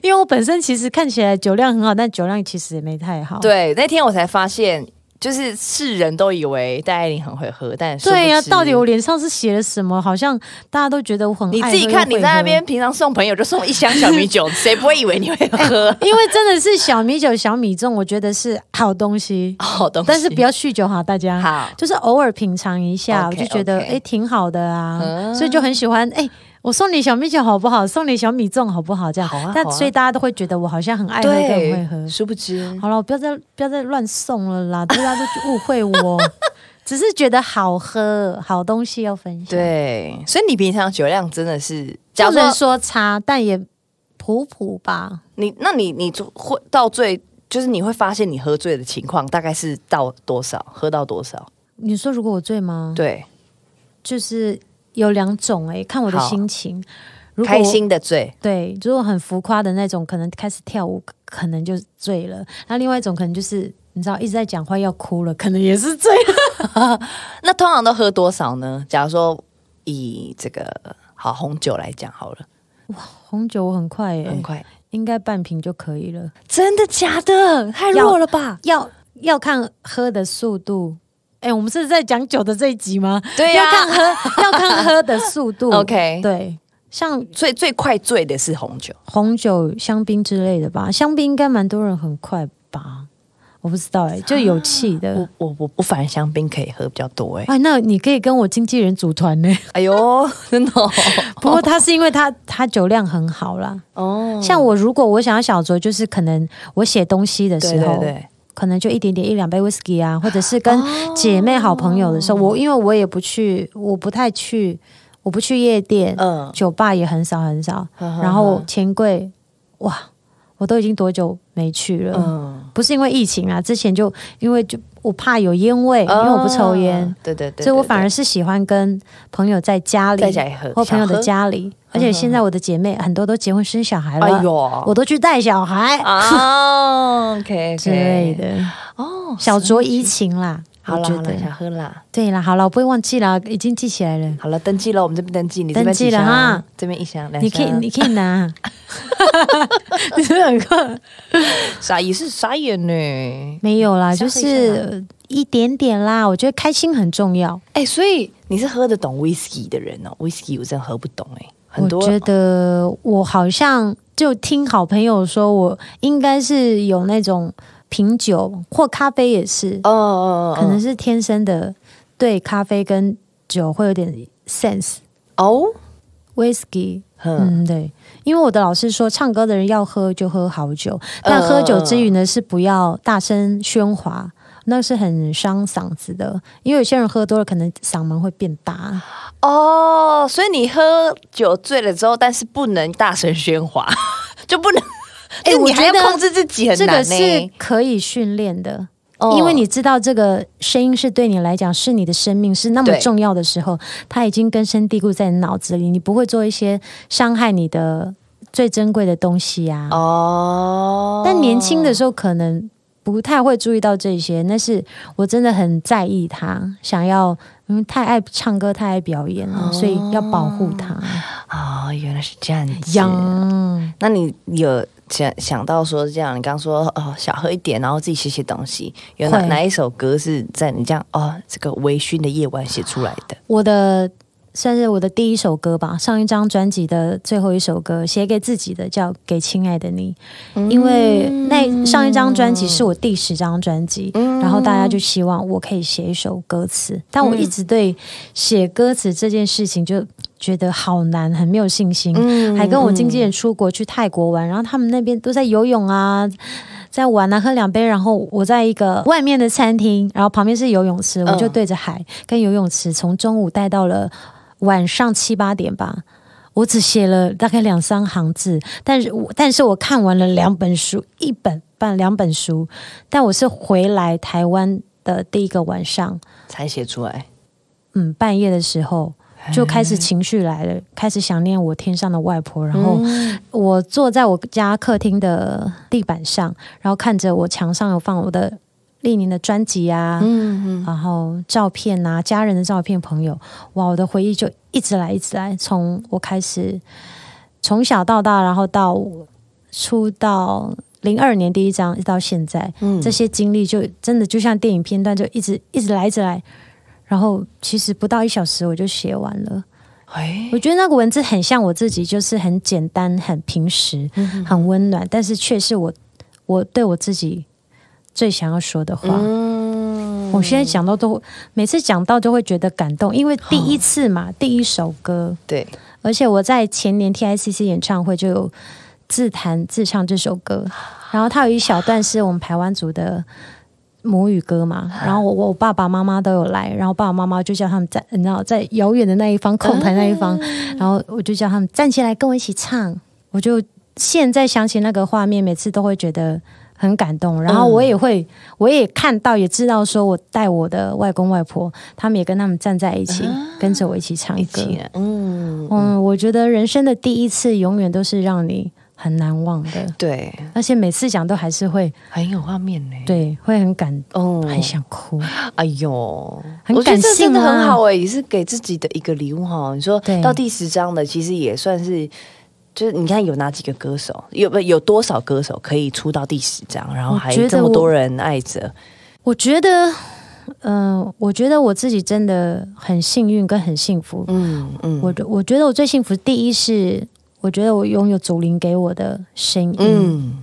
[SPEAKER 2] 因为我本身其实看起来酒量很好，但酒量其实也没太好。
[SPEAKER 1] 对。那天我才发现，就是世人都以为戴爱玲很会喝，但殊
[SPEAKER 2] 对呀、
[SPEAKER 1] 不知
[SPEAKER 2] 到底我脸上是写了什么？好像大家都觉得我很
[SPEAKER 1] 你
[SPEAKER 2] 爱
[SPEAKER 1] 自己
[SPEAKER 2] 喝
[SPEAKER 1] 看，
[SPEAKER 2] 又
[SPEAKER 1] 你
[SPEAKER 2] 会
[SPEAKER 1] 在那
[SPEAKER 2] 喝
[SPEAKER 1] 边平常送朋友就送一箱小米 酒，谁不会以为你会喝
[SPEAKER 2] 因为真的是小米酒、小米粽，我觉得是好东西，
[SPEAKER 1] 好东西？
[SPEAKER 2] 但是不要酗酒哈，大家。
[SPEAKER 1] 哦好，
[SPEAKER 2] 就是偶尔品尝一下
[SPEAKER 1] OK，
[SPEAKER 2] 我就觉得
[SPEAKER 1] OK
[SPEAKER 2] 哎、诶挺好的啊，
[SPEAKER 1] 嗯
[SPEAKER 2] 所以就很喜欢哎、诶我送你小米酒好不好？送你小米粽好不好？这样，
[SPEAKER 1] 好啊
[SPEAKER 2] 但
[SPEAKER 1] 好啊
[SPEAKER 2] 所以大家都会觉得我好像很爱喝，跟很会
[SPEAKER 1] 对
[SPEAKER 2] 喝，。
[SPEAKER 1] 殊不知
[SPEAKER 2] 好了，我不要再不要再乱送了啦，大家都误会我， 只是觉得好喝，好东西要分享。，
[SPEAKER 1] 对，所以你平常酒量真的是，假
[SPEAKER 2] 不
[SPEAKER 1] 如说
[SPEAKER 2] 能说差，但也普普吧。
[SPEAKER 1] 你那你你就会到最，就是你会发现你喝醉的情况大概是到多少，喝到多少？
[SPEAKER 2] 你说如果我醉吗？
[SPEAKER 1] 对，
[SPEAKER 2] 就是有两种哎、看我的
[SPEAKER 1] 好
[SPEAKER 2] 心情。如果
[SPEAKER 1] 开心的醉，
[SPEAKER 2] 对，如果很浮夸的那种，可能开始跳舞，可能就醉了。那另外一种可能就是你知道一直在讲话要哭了，可能也是醉了。
[SPEAKER 1] 那通常都喝多少呢？假如说以这个好红酒来讲好了，
[SPEAKER 2] 红酒我很快耶、
[SPEAKER 1] 很快，
[SPEAKER 2] 应该半瓶就可以了。
[SPEAKER 1] 真的假的？太弱了吧？
[SPEAKER 2] 要要看喝的速度。哎、我们是在讲酒的这一集吗？
[SPEAKER 1] 对
[SPEAKER 2] 要
[SPEAKER 1] 呀、
[SPEAKER 2] 看喝，要看喝的速度。
[SPEAKER 1] OK
[SPEAKER 2] 对，像
[SPEAKER 1] 所以最快醉的是红酒，
[SPEAKER 2] 红酒、香槟之类的吧，香槟应该蛮多人很快吧，我不知道哎、就有气的
[SPEAKER 1] 啊我。我我我反而香槟可以喝比较多哎、
[SPEAKER 2] 哎，那你可以跟我经纪人组团呢、
[SPEAKER 1] 哎呦，真的哦，
[SPEAKER 2] 不过他是因为他他酒量很好啦。
[SPEAKER 1] 哦
[SPEAKER 2] 像我如果我想要小酌，就是可能我写东西的
[SPEAKER 1] 对
[SPEAKER 2] 时
[SPEAKER 1] 对
[SPEAKER 2] 候，
[SPEAKER 1] 对，
[SPEAKER 2] 可能就一点点一两杯 whisky 啊，或者是跟姐妹、好朋友的时候，
[SPEAKER 1] 哦
[SPEAKER 2] 我因为我也不去，我不太去，我不去夜店，
[SPEAKER 1] 嗯，啊
[SPEAKER 2] 酒吧也很少很少。然
[SPEAKER 1] 然
[SPEAKER 2] 后钱柜，哇，我都已经多久没去了？
[SPEAKER 1] 嗯，
[SPEAKER 2] 不是因为疫情啊，之前就因为就我怕有烟味，因为我不抽烟
[SPEAKER 1] 哦，，对对对，
[SPEAKER 2] 所以我
[SPEAKER 1] 对
[SPEAKER 2] 反而
[SPEAKER 1] 对
[SPEAKER 2] 是喜欢跟朋友在家里
[SPEAKER 1] 在家里喝，
[SPEAKER 2] 或朋友的
[SPEAKER 1] 想
[SPEAKER 2] 家里。而且现在我的姐妹很多都结婚生小孩
[SPEAKER 1] 喝，哎
[SPEAKER 2] 了，
[SPEAKER 1] 呦，
[SPEAKER 2] 我都去带小孩
[SPEAKER 1] 啊，OK
[SPEAKER 2] 之类的，
[SPEAKER 1] 哦，
[SPEAKER 2] 小酌怡情啦。
[SPEAKER 1] 好
[SPEAKER 2] 我
[SPEAKER 1] 了
[SPEAKER 2] 觉
[SPEAKER 1] 好
[SPEAKER 2] 得
[SPEAKER 1] 了，想喝啦，
[SPEAKER 2] 对啦，好了，我不会忘记啦，已经记起来了。
[SPEAKER 1] 好了，登记了，我们这边登记，你这
[SPEAKER 2] 登
[SPEAKER 1] 边
[SPEAKER 2] 记
[SPEAKER 1] 几
[SPEAKER 2] 了
[SPEAKER 1] 箱
[SPEAKER 2] 哈，
[SPEAKER 1] 这边一箱，两
[SPEAKER 2] 你可以，
[SPEAKER 1] 箱
[SPEAKER 2] 你可以拿，你是不是很快？
[SPEAKER 1] 傻也是傻眼呢，
[SPEAKER 2] 没有啦，就
[SPEAKER 1] 稍微一下
[SPEAKER 2] 是呃一点点啦。我觉得开心很重要。
[SPEAKER 1] 哎，所以你是喝得懂 whisky 的人哦，whisky 我真的喝不懂哎，很多
[SPEAKER 2] 我觉得我好像就听好朋友说，我应该是有那种品酒或咖啡也是，
[SPEAKER 1] 哦哦
[SPEAKER 2] 可能是天生的对咖啡跟酒会有点 sense。
[SPEAKER 1] 哦，
[SPEAKER 2] Whisky，
[SPEAKER 1] 嗯，
[SPEAKER 2] 嗯，对，因为我的老师说，唱歌的人要喝就喝好酒，但
[SPEAKER 1] 嗯
[SPEAKER 2] 喝酒之余呢，是不要大声喧哗。那是很伤嗓子的，因为有些人喝多了可能嗓门会变大。
[SPEAKER 1] 哦，所以你喝酒醉了之后，但是不能大声喧哗， 就不能。
[SPEAKER 2] 哎
[SPEAKER 1] 就你
[SPEAKER 2] 我
[SPEAKER 1] 还
[SPEAKER 2] 觉得
[SPEAKER 1] 要控制自己很
[SPEAKER 2] 这
[SPEAKER 1] 难欸
[SPEAKER 2] 个
[SPEAKER 1] 呢、
[SPEAKER 2] 是可以训练的，
[SPEAKER 1] 哦
[SPEAKER 2] 因为你知道这个声音是对你来讲是你的生命，是那么
[SPEAKER 1] 对
[SPEAKER 2] 重要的时候，它已经根深蒂固在你脑子里，你不会做一些伤害你的最珍贵的东西啊。
[SPEAKER 1] 哦，
[SPEAKER 2] 但年轻的时候可能不太会注意到这些，那是我真的很在意他，想要嗯太爱唱歌，太爱表演了，所以要保护他。
[SPEAKER 1] 哦，原来是这样子。
[SPEAKER 2] 养
[SPEAKER 1] 那你有想想到说这样？你刚说哦，小喝一点，然后自己写写东西。有哪
[SPEAKER 2] 会
[SPEAKER 1] 哪一首歌是在你这样哦这个微醺的夜晚写出来的？
[SPEAKER 2] 我的算是我的第一首歌吧，上一张专辑的最后一首歌，写给自己的叫《给亲爱的你》，因为那上一张专辑是我第十张专辑，然后大家就希望我可以写一首歌词，但我一直对写歌词这件事情就觉得好难，很没有信心。
[SPEAKER 1] 嗯
[SPEAKER 2] 还跟我经纪人出国去泰国玩，然后他们那边都在游泳啊，在玩啊，喝两杯，然后我在一个外面的餐厅，然后旁边是游泳池，我
[SPEAKER 1] 嗯
[SPEAKER 2] 就对着海跟游泳池，从中午带到了晚上七八点吧。我只写了大概两三行字，但是我但是我看完了两本书，一本半两本书，但我是回来台湾的第一个晚上，
[SPEAKER 1] 才写出来。
[SPEAKER 2] 嗯，半夜的时候
[SPEAKER 1] 哎
[SPEAKER 2] 就开始情绪来了，开始想念我天上的外婆。然后我坐在我家客厅的地板上，然后看着我墙上有放我的历年的专辑啊，然后照片啊，家人的照片、朋友，哇，我的回忆就一直来，一直来。从我开始从小到大，然后到我出道。零二年第一张一直到现在，
[SPEAKER 1] 嗯
[SPEAKER 2] 这些经历就真的就像电影片段，就一直一直来，一直来。然后其实不到一小时我就写完了。
[SPEAKER 1] 哎，
[SPEAKER 2] 我觉得那个文字很像我自己，就是很简单、很平实、很温暖，但是却是我我对我自己最想要说的话。我现在讲到都每次讲到都会觉得感动，因为第一次嘛，第一首歌，
[SPEAKER 1] 对，
[SPEAKER 2] 而且我在前年 TICC 演唱会就有自弹自唱这首歌，然后它有一小段是我们台湾族的母语歌嘛，然后我我爸爸妈妈都有来，然后爸爸妈妈就叫他们站，你知道在遥远的那一方控台那一方，
[SPEAKER 1] 嗯
[SPEAKER 2] 然后我就叫他们站起来跟我一起唱，我就现在想起那个画面，每次都会觉得。很感
[SPEAKER 1] 嗯
[SPEAKER 2] 动，然后我也会，我也看到，也知道，说我带我的外公外婆，他们也跟他们站在一起，跟着我一起唱
[SPEAKER 1] 啊一
[SPEAKER 2] 歌。
[SPEAKER 1] 起来，嗯，
[SPEAKER 2] 嗯，我觉得人生的第一次永远都是让你很难忘 的，
[SPEAKER 1] 对，
[SPEAKER 2] 而且每次讲都还是会
[SPEAKER 1] 很有画面呢。，
[SPEAKER 2] 对，会很感，啊
[SPEAKER 1] 哦，
[SPEAKER 2] 很想哭。
[SPEAKER 1] 哎呦，
[SPEAKER 2] 很
[SPEAKER 1] 我觉得
[SPEAKER 2] 感
[SPEAKER 1] 这真
[SPEAKER 2] 性
[SPEAKER 1] 的
[SPEAKER 2] 啊
[SPEAKER 1] 很好哎、也是给自己的一个礼物哈。你说
[SPEAKER 2] 对
[SPEAKER 1] 到第十章的，其实也算是，就是你看有哪几个歌手，有不有多少歌手可以出到第十章，然后
[SPEAKER 2] 我
[SPEAKER 1] 还
[SPEAKER 2] 觉得
[SPEAKER 1] 这么多
[SPEAKER 2] 我
[SPEAKER 1] 人爱着，
[SPEAKER 2] 我觉得，嗯、我觉得我自己真的很幸运跟很幸福。
[SPEAKER 1] 嗯嗯，
[SPEAKER 2] 我我觉得我最幸福，第一是我觉得我拥有祖灵给我的声音，
[SPEAKER 1] 嗯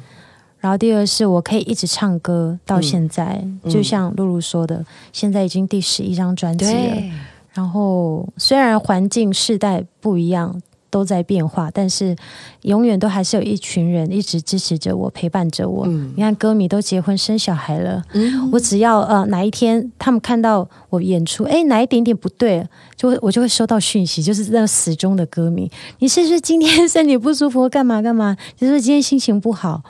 [SPEAKER 2] 然后第二是我可以一直唱歌到现在，
[SPEAKER 1] 嗯
[SPEAKER 2] 就像露露说的，现在已经第十一张专辑了。
[SPEAKER 1] 对，
[SPEAKER 2] 然后虽然环境世代不一样，都在变化，但是永远都还是有一群人一直支持着我，陪伴着我。
[SPEAKER 1] 嗯
[SPEAKER 2] 你看，歌迷都结婚生小孩了，
[SPEAKER 1] 嗯
[SPEAKER 2] 我只要呃哪一天他们看到我演出，哎哪一点点不对，就会我就会收到讯息，就是那死忠的歌迷，你是不是今天身体不舒服，干嘛干嘛？你是不是今天心情不好？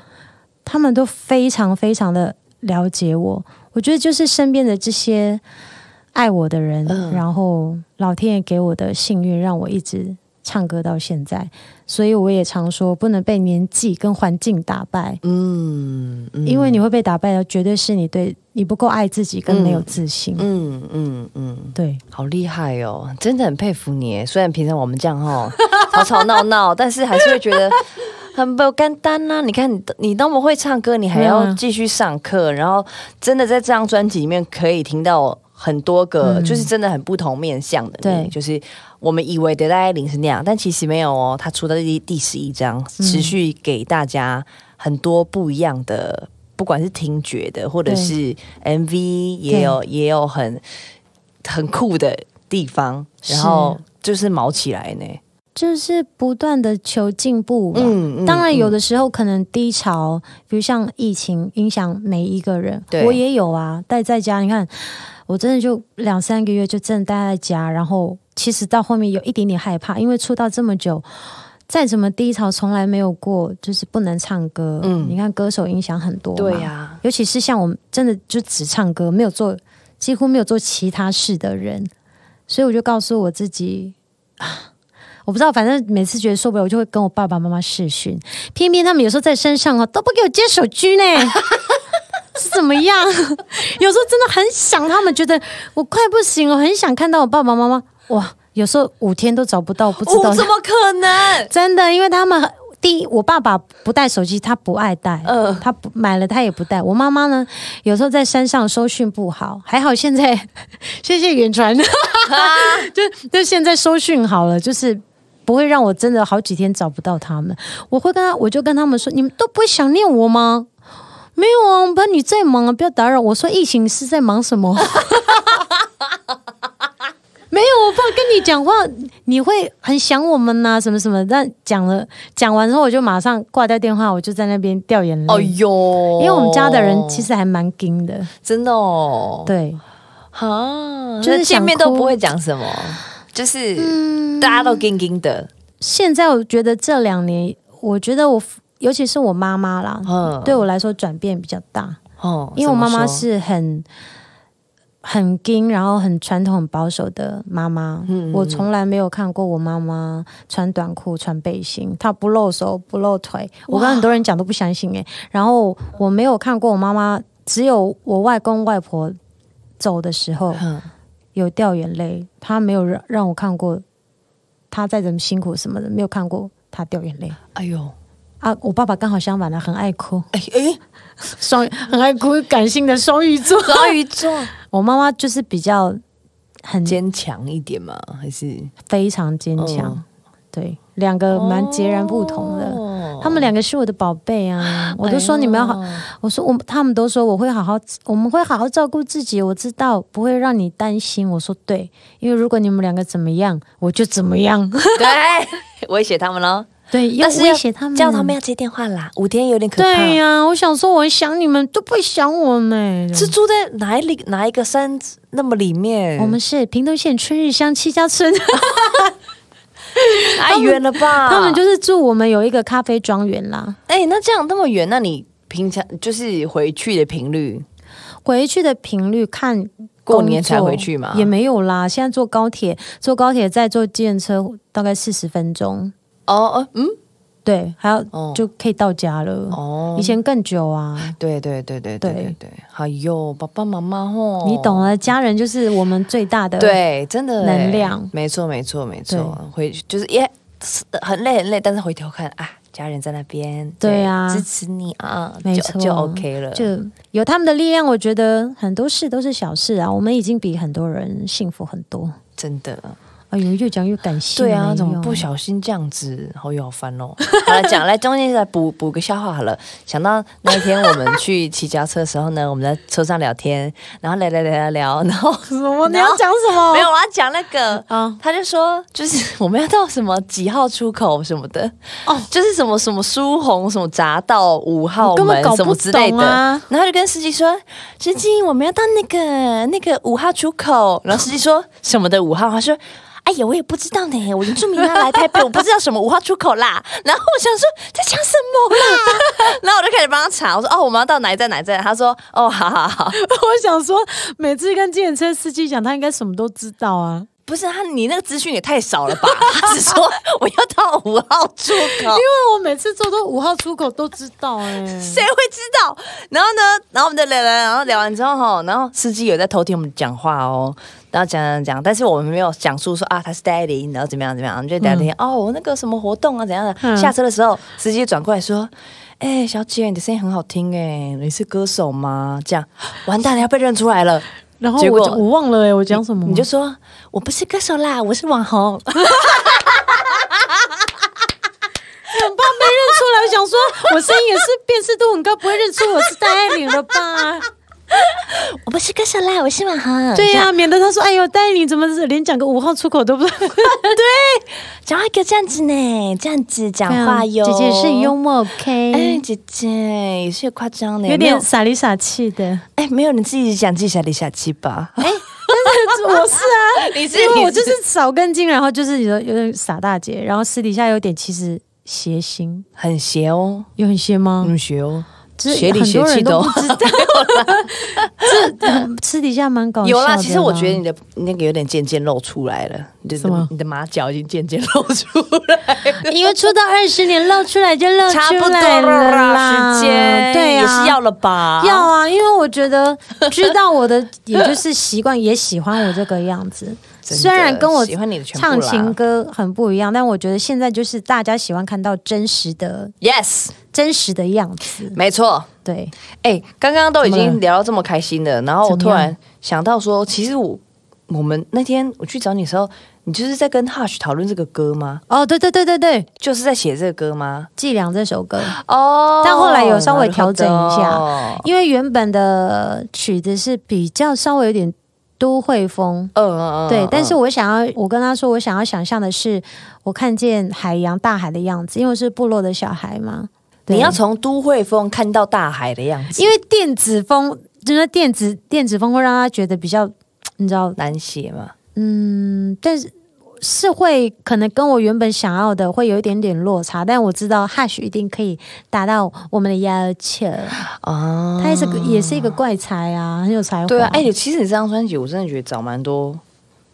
[SPEAKER 2] 他们都非常非常的了解我，我觉得就是身边的这些爱我的人，
[SPEAKER 1] 嗯
[SPEAKER 2] 然后老天爷给我的幸运，让我一直唱歌到现在，所以我也常说不能被年纪跟环境打败，
[SPEAKER 1] 嗯嗯
[SPEAKER 2] 因为你会被打败的，绝对是你对你不够爱自己跟没有自信。
[SPEAKER 1] 嗯嗯嗯，
[SPEAKER 2] 对，
[SPEAKER 1] 好厉害哦，真的很佩服你耶。虽然平常我们这样哈 吵吵闹闹，但是还是会觉得。很不简单呐、啊你看你你那么会唱歌，你还
[SPEAKER 2] 对
[SPEAKER 1] 要
[SPEAKER 2] 啊
[SPEAKER 1] 继续上课，然后真的在这张专辑里面可以听到很多个，就是真的很不同面向的你。
[SPEAKER 2] 嗯对
[SPEAKER 1] 就是我们以为的戴爱玲是那样，但其实没有哦。她出到第第十一张，
[SPEAKER 2] 嗯
[SPEAKER 1] 持续给大家很多不一样的，不管是听觉的，或者
[SPEAKER 2] 对
[SPEAKER 1] 是 MV，也
[SPEAKER 2] 对
[SPEAKER 1] 有也有很很酷的地方，然后就是毛起来呢。
[SPEAKER 2] 就是不断的求进步吧。
[SPEAKER 1] 嗯，嗯
[SPEAKER 2] 当然，有
[SPEAKER 1] 嗯
[SPEAKER 2] 的时候可能低潮，比如像疫情影响每一个人
[SPEAKER 1] 对，
[SPEAKER 2] 我也有啊。待在家，你看，我真的就两三个月就真的待在家，然后其实到后面有一点点害怕，因为出道这么久，再怎么低潮，从来没有过就是不能唱歌。
[SPEAKER 1] 嗯
[SPEAKER 2] 嗯，你看歌手影响很多，
[SPEAKER 1] 对、呀、
[SPEAKER 2] 尤其是像我们真的就只唱歌，没有做几乎没有做其他事的人，所以我就告诉我自己。啊我不知道，反正每次觉得受不了，我就会跟我爸爸妈妈视讯。偏偏他们有时候在身上哦，都不给我接手机呢， 是怎么样？ 有时候真的很想他们，觉得我快不行了，我很想看到我爸爸妈妈。哇，有时候五天都找不到，不知道、
[SPEAKER 1] 哦，怎么可能？
[SPEAKER 2] 真的，因为他们第一，我爸爸不带手机，他不爱带，
[SPEAKER 1] 嗯
[SPEAKER 2] 他不买了他也不带。我妈妈呢，有时候在山上收讯不好，还好现在 谢谢远传， 就就现在收讯好了，就是。不会让我真的好几天找不到他们，我会跟他，我就跟他们说，你们都不会想念我吗？没有啊，爸，你在忙啊，不要打扰。我说疫情是在忙什么？ 没有，我爸跟你讲话，你会很想我们呐、什么什么。但讲了讲完之后，我就马上挂掉电话，我就在那边掉眼泪。
[SPEAKER 1] 哦哟，
[SPEAKER 2] 嗯因为我们家的人其实还蛮硬的，
[SPEAKER 1] 真的哦，
[SPEAKER 2] 对，
[SPEAKER 1] 哈，
[SPEAKER 2] 就是
[SPEAKER 1] 那见
[SPEAKER 2] 嗯想
[SPEAKER 1] 面都
[SPEAKER 2] 哭
[SPEAKER 1] 不会讲什么，就是、
[SPEAKER 2] 嗯
[SPEAKER 1] 大家都硬硬的，
[SPEAKER 2] 现在我觉得这两年，我觉得我尤其是我妈妈啦，
[SPEAKER 1] 嗯，
[SPEAKER 2] 对我来说转变比较大，
[SPEAKER 1] 哦，
[SPEAKER 2] 因为我妈
[SPEAKER 1] 怎
[SPEAKER 2] 妈
[SPEAKER 1] 么说
[SPEAKER 2] 是很很硬，然后很传统、很保守的妈妈。
[SPEAKER 1] 嗯
[SPEAKER 2] 我从来没有看过我妈妈穿短裤、穿背心，她不露手、不露腿。我跟很多人讲都不相信诶、欸然后我没有看过我妈妈，只有我外公外婆走的时候
[SPEAKER 1] 嗯
[SPEAKER 2] 有掉眼泪，她没有让让我看过她再怎么辛苦什么的，没有看过她掉眼泪。
[SPEAKER 1] 哎呦，
[SPEAKER 2] 啊，我爸爸刚好相反了，很爱哭，
[SPEAKER 1] 哎哎，
[SPEAKER 2] 双很爱哭，感性的双鱼座。
[SPEAKER 1] 双鱼座
[SPEAKER 2] 我妈妈就是比较很
[SPEAKER 1] 坚强一点嘛，还是
[SPEAKER 2] 非常坚强，
[SPEAKER 1] 嗯
[SPEAKER 2] 对，两个蛮截然不同的。
[SPEAKER 1] 哦
[SPEAKER 2] 他们两个是我的宝贝啊！我都说
[SPEAKER 1] 哎呦
[SPEAKER 2] 你们要好，我说我他们都说我会好好，我们会好好照顾自己，我知道不会让你担心。我说对，因为如果你们两个怎么样，我就怎么样。
[SPEAKER 1] 对，威胁他们喽，
[SPEAKER 2] 对，要
[SPEAKER 1] 但是要
[SPEAKER 2] 威胁他们，
[SPEAKER 1] 叫他们要接电话啦，五天有点可怕。
[SPEAKER 2] 嗯对呀、我想说，我很想你们，都不会想我呢。
[SPEAKER 1] 是住在哪里哪一个山那么里面？
[SPEAKER 2] 我们是屏东县春日乡七家村，
[SPEAKER 1] 太远了吧？
[SPEAKER 2] 他们就是住我们有一个咖啡庄园啦。
[SPEAKER 1] 哎、那这样那么远，那你平常就是回去的频率，
[SPEAKER 2] 回去的频率看
[SPEAKER 1] 过年才
[SPEAKER 2] 工作
[SPEAKER 1] 回去吗
[SPEAKER 2] 也没有啦，现在坐高铁，坐高铁再坐电车大概四十分钟，
[SPEAKER 1] 哦哦嗯
[SPEAKER 2] 对，还有
[SPEAKER 1] 哦
[SPEAKER 2] 就可以到家了。
[SPEAKER 1] 哦
[SPEAKER 2] 以，前更久啊，
[SPEAKER 1] 对对对对对
[SPEAKER 2] 对
[SPEAKER 1] 对对，哎呦，爸爸妈妈吼，
[SPEAKER 2] 你懂了，家人就是我们最大的。，
[SPEAKER 1] 哦对，真的
[SPEAKER 2] 能
[SPEAKER 1] 欸
[SPEAKER 2] 量
[SPEAKER 1] 没错没错没错，回就是也是很累很累，但是回头看啊，家人在那边，
[SPEAKER 2] 对啊
[SPEAKER 1] 支持你啊，
[SPEAKER 2] 没
[SPEAKER 1] 就
[SPEAKER 2] 错
[SPEAKER 1] 就 OK 了，
[SPEAKER 2] 就有他们的力量，我觉得很多事都是小事啊。我们已经比很多人幸福很多。
[SPEAKER 1] 真的。
[SPEAKER 2] 哎呦，越讲越感性了。
[SPEAKER 1] 对啊，怎么
[SPEAKER 2] 哎呦
[SPEAKER 1] 不小心这样子？好有好烦哦。 好了，讲来中间再补补个笑话好了。想到那一天我们去骑脚踏车的时候呢，我们在车上聊天，然后聊聊聊聊聊，然后
[SPEAKER 2] 什么？你要讲什么？
[SPEAKER 1] 没有，我要讲那个。
[SPEAKER 2] 啊，
[SPEAKER 1] 他就说，就是我们要到什么几号出口什么的，哦
[SPEAKER 2] 哦，
[SPEAKER 1] 就是什么什么苏红什么匝道五号
[SPEAKER 2] 我根本
[SPEAKER 1] 门
[SPEAKER 2] 搞
[SPEAKER 1] 哦什么
[SPEAKER 2] 不
[SPEAKER 1] 之类
[SPEAKER 2] 懂
[SPEAKER 1] 的，
[SPEAKER 2] 啊
[SPEAKER 1] 然后就跟司机说，司机我们要到那个那个五号出口，然后司机说什么的五号，他说。哎呀，我也不知道呢，我原住民要来台北，我不知道什么五号出口啦。 然后我想说在讲什么啦， 然后我就开始帮他查，我说哦，我们要到哪一站哪一站？他说哦，好好好，
[SPEAKER 2] 我想说，每次跟计程车司机讲，他应该什么都知道啊。
[SPEAKER 1] 不是他，你那个资讯也太少了吧？他只说我要到五号出口
[SPEAKER 2] 因，为我每次坐都五号出口都知道哎、
[SPEAKER 1] 谁会知道？然后呢，然后我们就聊聊，然后聊完之后哈，然后司机有在偷听我们讲话哦，然后讲讲讲，但是我们没有讲述说啊他是代理，然后怎么样怎么样，我们就聊天、哦，我那个什么活动啊怎样的。
[SPEAKER 2] 嗯
[SPEAKER 1] 下车的时候，司机就转过来说。哎、小姐，你的声音很好听哎、你是歌手吗？这样完蛋了，要被认出来 了。
[SPEAKER 2] 然后
[SPEAKER 1] 结
[SPEAKER 2] 我
[SPEAKER 1] 果
[SPEAKER 2] 就我忘了哎、我讲什么？
[SPEAKER 1] 你 就说我不是歌手啦，我是网红。
[SPEAKER 2] 很棒被认出来，我想说我声音也是辨识度很高，不会认出我是戴爱玲了吧？
[SPEAKER 1] 我不是歌手啦，我是马航。
[SPEAKER 2] 对呀、免得他说哎呦，戴你怎么连讲个五号出口都不知道？
[SPEAKER 1] 讲话给我这样子呢，这样子讲话哟。
[SPEAKER 2] 啊姐姐是幽默
[SPEAKER 1] 哎，
[SPEAKER 2] ，OK，、
[SPEAKER 1] 姐姐也是有夸张的，
[SPEAKER 2] 有
[SPEAKER 1] 没
[SPEAKER 2] 点傻里傻 气的。
[SPEAKER 1] 哎，没有人自己讲自己下里下气吧？
[SPEAKER 2] 哎、但是我是啊，
[SPEAKER 1] 你
[SPEAKER 2] 因为我就是少根筋，然后就是有有点傻大姐，然后私底下有点其实邪心，
[SPEAKER 1] 很邪哦，
[SPEAKER 2] 有很邪吗？
[SPEAKER 1] 很邪哦，
[SPEAKER 2] 就是
[SPEAKER 1] 邪里
[SPEAKER 2] 很
[SPEAKER 1] 邪
[SPEAKER 2] 多
[SPEAKER 1] 气
[SPEAKER 2] 人
[SPEAKER 1] 的
[SPEAKER 2] 都
[SPEAKER 1] 哦
[SPEAKER 2] 不知道，这嗯私底下蛮搞笑 的
[SPEAKER 1] 有
[SPEAKER 2] 啦。
[SPEAKER 1] 啦，其实我觉得你的那个有点渐渐露出来了，你
[SPEAKER 2] 什么
[SPEAKER 1] 的你的马脚已经渐渐露出来了，
[SPEAKER 2] 因为出道二十年露出来就露出
[SPEAKER 1] 差不多
[SPEAKER 2] 来了
[SPEAKER 1] 啦，时间
[SPEAKER 2] 对呀、
[SPEAKER 1] 也是要了吧？
[SPEAKER 2] 要啊，因为我觉得知道我的， 也就是习惯，也喜欢我这个样子。
[SPEAKER 1] 真的
[SPEAKER 2] 虽然跟我
[SPEAKER 1] 喜欢你的全部啦
[SPEAKER 2] 唱情歌很不一样，但我觉得现在就是大家喜欢看到真实的、
[SPEAKER 1] ，yes，
[SPEAKER 2] 真实的样子。
[SPEAKER 1] 没错。
[SPEAKER 2] 对，
[SPEAKER 1] 哎、刚刚都已
[SPEAKER 2] 怎么了
[SPEAKER 1] 经聊到这么开心了，然后我
[SPEAKER 2] 怎
[SPEAKER 1] 突
[SPEAKER 2] 么样
[SPEAKER 1] 然想到说，其实我我们那天我去找你的时候，你就是在跟 Hush 讨论这个歌吗？
[SPEAKER 2] 哦，对对对对对，《
[SPEAKER 1] 就是在写这个歌吗？
[SPEAKER 2] 伎俩》这首 歌，
[SPEAKER 1] 哦
[SPEAKER 2] 但后来有稍微调整一下
[SPEAKER 1] 嗯
[SPEAKER 2] 因为原本的曲子是比较稍微有点都会风，
[SPEAKER 1] 嗯嗯，
[SPEAKER 2] 对
[SPEAKER 1] 嗯，
[SPEAKER 2] 但是我想要，我跟他说，我想要想象的是我看见海洋、大海的样子，因为我是部落的小孩嘛。对
[SPEAKER 1] 你要从都会风看到大海的样子，
[SPEAKER 2] 因为电子风，就是电子电子风会让他觉得比较，你知道，
[SPEAKER 1] 难写嘛？
[SPEAKER 2] 嗯，但是是会可能跟我原本想要的会有一点点落差，但我知道 Hush 一定可以达到我们的要求。
[SPEAKER 1] 啊，
[SPEAKER 2] 他也是个也是一个怪才啊，很有才华。
[SPEAKER 1] 对啊，哎、其实你这张专辑，我真的觉得找蛮多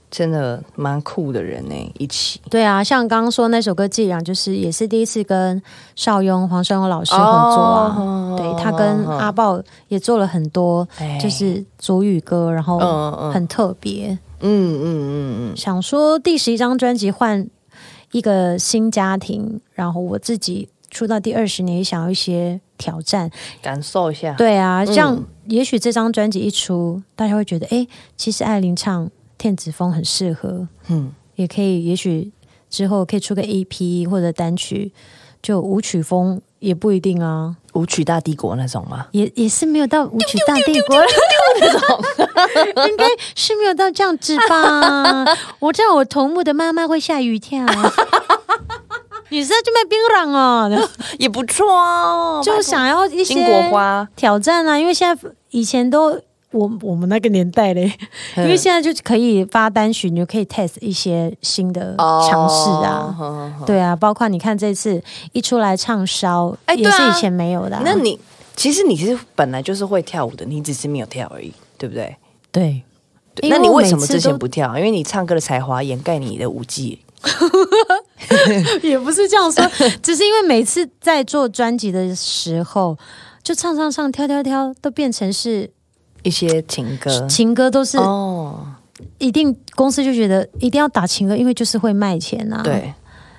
[SPEAKER 1] 真的蛮酷的人呢、一起。
[SPEAKER 2] 对啊，像刚刚说那首歌《伎俩》，就是也是第一次跟邵雍、黄少雍老师合作啊。
[SPEAKER 1] 哦
[SPEAKER 2] 对他跟阿豹也做了很多，
[SPEAKER 1] 哎
[SPEAKER 2] 就是主语歌，然
[SPEAKER 1] 嗯
[SPEAKER 2] 后
[SPEAKER 1] 嗯嗯
[SPEAKER 2] 很特别。
[SPEAKER 1] 嗯嗯嗯嗯，
[SPEAKER 2] 想说第十一张专辑换一个新家庭，然后我自己出道第二十年，也想要一些挑战。
[SPEAKER 1] 感受一下。
[SPEAKER 2] 对啊，这样
[SPEAKER 1] 嗯
[SPEAKER 2] 也许这张专辑一出，大家会觉得，哎，其实艾琳唱电子风很适合，
[SPEAKER 1] 嗯，
[SPEAKER 2] 也可以，也许之后可以出个 EP 或者单曲，就舞曲风也不一定啊，
[SPEAKER 1] 舞曲大帝国那种吗？
[SPEAKER 2] 也也是没有到舞曲大帝 国应该是没有到这样子 吧？我知道我同幕的妈妈会吓一跳。啊你是要去卖槟榔 哦？
[SPEAKER 1] 也不错哦
[SPEAKER 2] 就想要一些
[SPEAKER 1] 金国花，
[SPEAKER 2] 挑战啊，因为现在以前都我我们那个年代嘞，因为现在就可以发单曲，你就可以 test 一些新的尝试啊。
[SPEAKER 1] 啊。
[SPEAKER 2] 对啊，包括你看这次一出来唱烧，
[SPEAKER 1] 哎
[SPEAKER 2] 也
[SPEAKER 1] 对啊
[SPEAKER 2] 是以前没有的啊、
[SPEAKER 1] 那你其实你是本来就是会跳舞的，你只是没有跳而已，对不对？
[SPEAKER 2] 对，
[SPEAKER 1] 对
[SPEAKER 2] 因
[SPEAKER 1] 那
[SPEAKER 2] 为
[SPEAKER 1] 你
[SPEAKER 2] 我
[SPEAKER 1] 为
[SPEAKER 2] 每
[SPEAKER 1] 什么
[SPEAKER 2] 次
[SPEAKER 1] 之前
[SPEAKER 2] 都
[SPEAKER 1] 不跳？因为你唱歌的才华掩盖你的舞技。
[SPEAKER 2] 也不是这样说， 只是因为每次在做专辑的时候，就唱唱唱、跳跳跳，都变成是
[SPEAKER 1] 一些情歌
[SPEAKER 2] 情歌，都是
[SPEAKER 1] 哦，
[SPEAKER 2] 一定公司就觉得一定要打情歌，因为就是会卖钱啊。，
[SPEAKER 1] 对，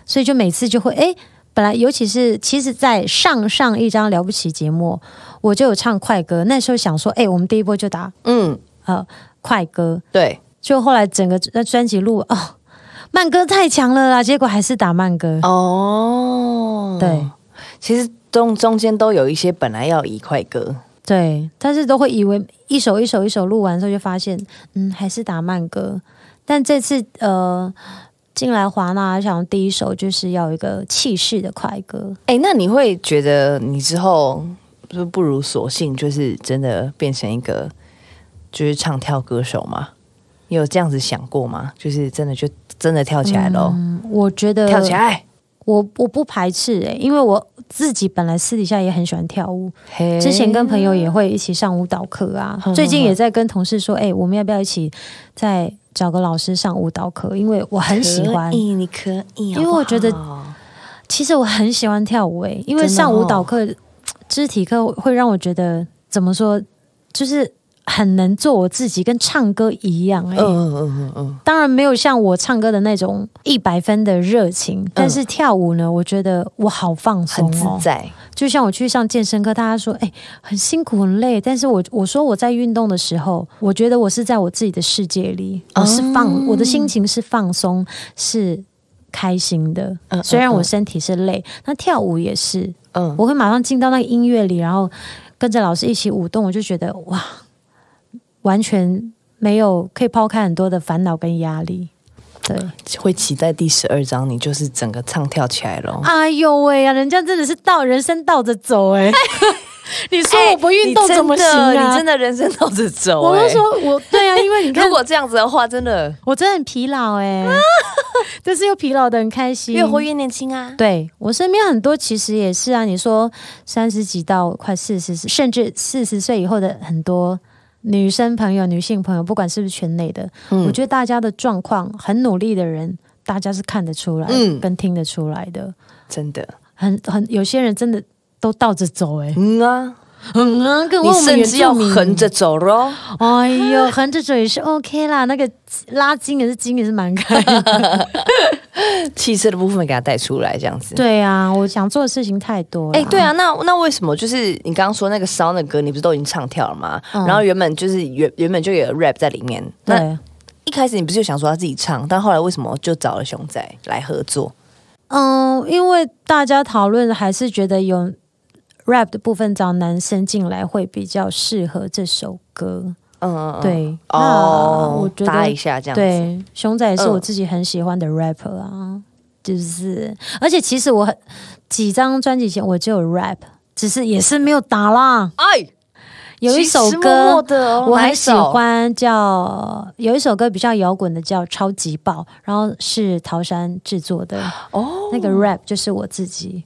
[SPEAKER 2] 所以就每次就会哎。本来，尤其是其实，在上上一张了不起节目，我就有唱快歌。那时候想说，哎、我们第一波就打
[SPEAKER 1] 嗯，
[SPEAKER 2] 呃快歌，
[SPEAKER 1] 对，
[SPEAKER 2] 就后来整个专辑录哦，慢歌太强了啦，结果还是打慢歌。
[SPEAKER 1] 哦，
[SPEAKER 2] 对，
[SPEAKER 1] 其实中中间都有一些本来要以快歌，
[SPEAKER 2] 对，但是都会以为一首一首一首录完之后，就发现嗯还是打慢歌。但这次呃进来华纳，想第一首就是要有一个气势的快歌。
[SPEAKER 1] 哎、那你会觉得你之后就不如索性就是真的变成一个就是唱跳歌手吗？你有这样子想过吗？就是真的就真的跳起来喽、
[SPEAKER 2] 嗯我觉得
[SPEAKER 1] 跳起来，
[SPEAKER 2] 我我不排斥诶、因为我自己本来私底下也很喜欢跳舞，
[SPEAKER 1] 嘿
[SPEAKER 2] 呃之前跟朋友也会一起上舞蹈课啊
[SPEAKER 1] 哼，
[SPEAKER 2] 最近也在跟同事说，哎、我们要不要一起再找个老师上舞蹈课？因为我很喜欢
[SPEAKER 1] 可，以，你可以，
[SPEAKER 2] 因为我觉得
[SPEAKER 1] 好不好
[SPEAKER 2] 其实我很喜欢跳舞、哎，因为
[SPEAKER 1] 真的哦
[SPEAKER 2] 上舞蹈课、肢体课会让我觉得怎么说，就是很能做我自己，跟唱歌一样、哎、
[SPEAKER 1] 嗯嗯嗯嗯嗯，
[SPEAKER 2] 当然没有像我唱歌的那种一百分的热情，但是跳舞呢，我觉得我好放
[SPEAKER 1] 嗯
[SPEAKER 2] 松
[SPEAKER 1] 很自
[SPEAKER 2] 哦。
[SPEAKER 1] 在，
[SPEAKER 2] 就像我去上健身课，大家说，哎、很辛苦很累，但是我我说我在运动的时候，我觉得我是在我自己的世界里，我是放、我的心情是放松，是开心的。
[SPEAKER 1] 嗯
[SPEAKER 2] 哦虽然我
[SPEAKER 1] 嗯
[SPEAKER 2] 身体是累，那跳舞也是，
[SPEAKER 1] 嗯
[SPEAKER 2] 我会马上进到那个音乐里，然后跟着老师一起舞动，我就觉得哇，完全没有可以抛开很多的烦恼跟压力。对，
[SPEAKER 1] 会期待第十二章，你就是整个唱跳起来了。
[SPEAKER 2] 哎呦喂呀、人家真的是倒人生倒着走 哎、你说我不运动怎么行
[SPEAKER 1] 哎你真的
[SPEAKER 2] 啊？
[SPEAKER 1] 你真的人生倒着走、
[SPEAKER 2] 我
[SPEAKER 1] 哎
[SPEAKER 2] 就，说我对啊，因为你 看嗯
[SPEAKER 1] 如果这样子的话，真的
[SPEAKER 2] 我真的很疲劳 哎、但是又疲劳的很开心，
[SPEAKER 1] 越活越年轻啊。
[SPEAKER 2] 对我身边很多其实也是啊，你说三十几到快四十，甚至四十岁以后的很多女生朋友、女性朋友，不管是不是圈内的，
[SPEAKER 1] 嗯
[SPEAKER 2] 我觉得大家的状况，很努力的人，大家是看得出来，
[SPEAKER 1] 嗯
[SPEAKER 2] 跟听得出来的。
[SPEAKER 1] 真的，
[SPEAKER 2] 很很有些人真的都倒着走、欸，哎，
[SPEAKER 1] 嗯啊，
[SPEAKER 2] 嗯啊，跟
[SPEAKER 1] 你
[SPEAKER 2] 我们
[SPEAKER 1] 甚
[SPEAKER 2] 原
[SPEAKER 1] 至要
[SPEAKER 2] 住民
[SPEAKER 1] 横着，走咯。
[SPEAKER 2] 哎 呦，横着走也是 OK 啦，那个拉筋也是筋也是蛮开的。
[SPEAKER 1] 汽车的部分给它带出来，这样子。
[SPEAKER 2] 对 啊，我想做的事情太多了，
[SPEAKER 1] 哎、对啊，那那为什么就是你刚刚说那个烧的歌，你不是都已经唱跳了吗？
[SPEAKER 2] 嗯
[SPEAKER 1] 然后原本就是原原本就有 rap 在里面，那
[SPEAKER 2] 对。
[SPEAKER 1] 一开始你不是就想说他自己唱，但后来为什么就找了熊仔来合作？
[SPEAKER 2] 嗯，因为大家讨论还是觉得有 rap 的部分找男生进来会比较适合这首歌。
[SPEAKER 1] 嗯嗯，嗯，
[SPEAKER 2] 对，那
[SPEAKER 1] 哦，
[SPEAKER 2] 我觉
[SPEAKER 1] 搭一
[SPEAKER 2] 得
[SPEAKER 1] 下这样子，
[SPEAKER 2] 对，熊仔也是
[SPEAKER 1] 嗯
[SPEAKER 2] 我自己很喜欢的 rapper 啊，就是而且其实我很几张专辑前我就有 rap，只是也是没有打啦。
[SPEAKER 1] 哎，
[SPEAKER 2] 有一首
[SPEAKER 1] 其实默默
[SPEAKER 2] 歌。
[SPEAKER 1] 的哦
[SPEAKER 2] 我
[SPEAKER 1] 哪一
[SPEAKER 2] 很喜
[SPEAKER 1] 首
[SPEAKER 2] 欢叫有一首歌比较摇滚的叫《超级爆》，然后是桃山制作的，
[SPEAKER 1] 哦，
[SPEAKER 2] 那个 rap 就是我自己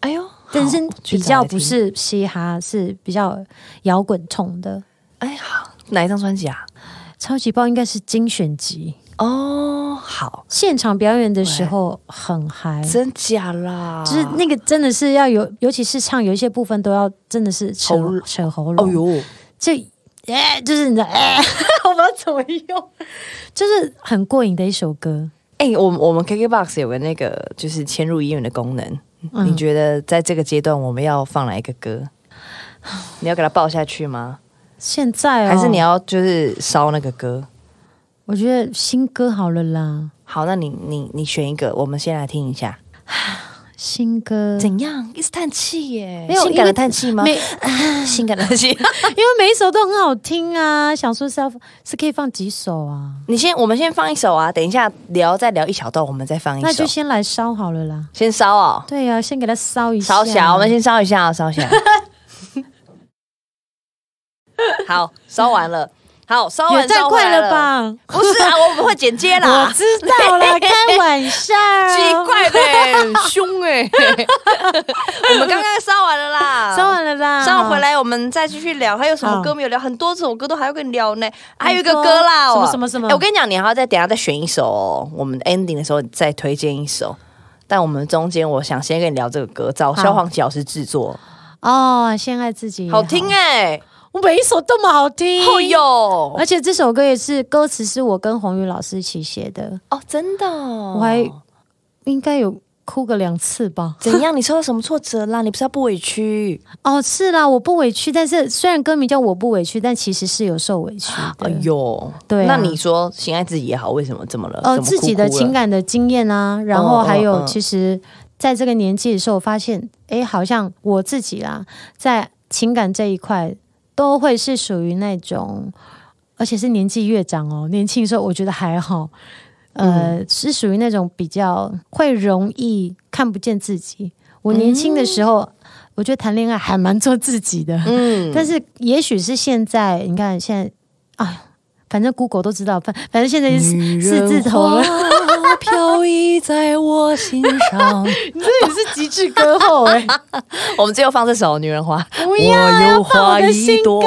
[SPEAKER 1] 哎呦，
[SPEAKER 2] 但是
[SPEAKER 1] 好
[SPEAKER 2] 比较不，
[SPEAKER 1] 我去找来听
[SPEAKER 2] 是嘻哈，是比较摇滚冲的。
[SPEAKER 1] 哎好，哪一张专辑啊？
[SPEAKER 2] 超级爆应该是精选集，
[SPEAKER 1] 哦，好，
[SPEAKER 2] 现场表演的时候很嗨，就
[SPEAKER 1] 真啊假啦，
[SPEAKER 2] 是那个真的是要有，尤其是唱有一些部分都要真的是扯
[SPEAKER 1] 喉
[SPEAKER 2] 扯喉
[SPEAKER 1] 哦
[SPEAKER 2] 咙，
[SPEAKER 1] 呦，
[SPEAKER 2] 这哎、就是你的哎、 我不知道怎么用，就是很过瘾的一首歌。
[SPEAKER 1] 哎、我们我们 KKBOX 有个那个就是嵌入音源的功能，
[SPEAKER 2] 嗯
[SPEAKER 1] 你觉得在这个阶段我们要放哪一个 歌？你要给它报下去吗？
[SPEAKER 2] 现在、哦、
[SPEAKER 1] 还是你？要就是烧那个歌？
[SPEAKER 2] 我觉得新歌好了啦，
[SPEAKER 1] 好，那你你你选一个，我们先来听一下。
[SPEAKER 2] 新歌
[SPEAKER 1] 怎样？一直叹气耶？
[SPEAKER 2] 嗯没有
[SPEAKER 1] 性
[SPEAKER 2] 因
[SPEAKER 1] 感的
[SPEAKER 2] 为
[SPEAKER 1] 叹气吗？
[SPEAKER 2] 没
[SPEAKER 1] 性感的叹气。
[SPEAKER 2] 因为每一首都很好听啊，想说是要是可以放几首啊，
[SPEAKER 1] 你先，我们先放一首啊，等一下聊再聊一小段，我们再放一
[SPEAKER 2] 那
[SPEAKER 1] 首
[SPEAKER 2] 就。先来烧好了啦。
[SPEAKER 1] 先烧哦，
[SPEAKER 2] 对啊，先给它烧一下，
[SPEAKER 1] 烧起来，我们先烧一下、哦，烧起 来。好，烧完了。好，烧
[SPEAKER 2] 也
[SPEAKER 1] 完
[SPEAKER 2] 太
[SPEAKER 1] 烧回
[SPEAKER 2] 快
[SPEAKER 1] 来
[SPEAKER 2] 了？吧！
[SPEAKER 1] 不是啊，我们会剪接啦。
[SPEAKER 2] 我知道啦，开玩笑，
[SPEAKER 1] 奇怪嘞，很凶哎、 我们刚刚烧完了啦，
[SPEAKER 2] 烧完了啦，
[SPEAKER 1] 烧完回来，我们再继续聊。还有什么
[SPEAKER 2] 好
[SPEAKER 1] 歌没有聊？很多首歌都还要跟你聊呢。还有一个
[SPEAKER 2] 很多
[SPEAKER 1] 歌啦，
[SPEAKER 2] 什么
[SPEAKER 1] 哦
[SPEAKER 2] 什么什么
[SPEAKER 1] 哎我跟你讲，你还要再等一下再选一首哦。我们 ending 的时候再推荐一首。但我们中间，我想先跟你聊这个歌，找
[SPEAKER 2] 好
[SPEAKER 1] 萧煌奇老师制作，
[SPEAKER 2] 哦，先爱自己，
[SPEAKER 1] 好听，哎、
[SPEAKER 2] 我每一首都么好听，
[SPEAKER 1] 哦哟，
[SPEAKER 2] 而且这首歌也是歌词是我跟宏宇老师一起写的，
[SPEAKER 1] 哦，真的哦、
[SPEAKER 2] 我还应该有哭个两次吧。
[SPEAKER 1] 怎样？你受到什么挫折啦？你不是要不委 屈？
[SPEAKER 2] 哦，是啦，我不委屈，但是虽然歌名叫我不委屈，但其实是有受委屈的。
[SPEAKER 1] 哎呦，
[SPEAKER 2] 对啊
[SPEAKER 1] 那你说心爱自己也好，为什么这么了？
[SPEAKER 2] 呃，
[SPEAKER 1] 怎么
[SPEAKER 2] 自
[SPEAKER 1] 哭
[SPEAKER 2] 己
[SPEAKER 1] 哭
[SPEAKER 2] 的
[SPEAKER 1] 了
[SPEAKER 2] 情感的经验啊，然
[SPEAKER 1] 哦
[SPEAKER 2] 后
[SPEAKER 1] 哦
[SPEAKER 2] 还有
[SPEAKER 1] 嗯
[SPEAKER 2] 其实在这个年纪的时候，发现诶，好像我自己啦，在情感这一块都会是属于那种，而且是年纪越长哦，年轻的时候我觉得还好，呃，
[SPEAKER 1] 嗯
[SPEAKER 2] 是属于那种比较会容易看不见自己。我年轻的时候，我觉得谈恋爱还蛮做自己的，
[SPEAKER 1] 嗯，
[SPEAKER 2] 但是也许是现在，你看现在，哎，反正 Google 都知道，反反正现在是
[SPEAKER 1] 女
[SPEAKER 2] 四
[SPEAKER 1] 人
[SPEAKER 2] 字头 了，
[SPEAKER 1] 花飘逸在我心上。
[SPEAKER 2] 你这也是极致歌后哎、
[SPEAKER 1] 我们只有放这首《女人花》，
[SPEAKER 2] 不要啊
[SPEAKER 1] 有
[SPEAKER 2] 要放我的新歌，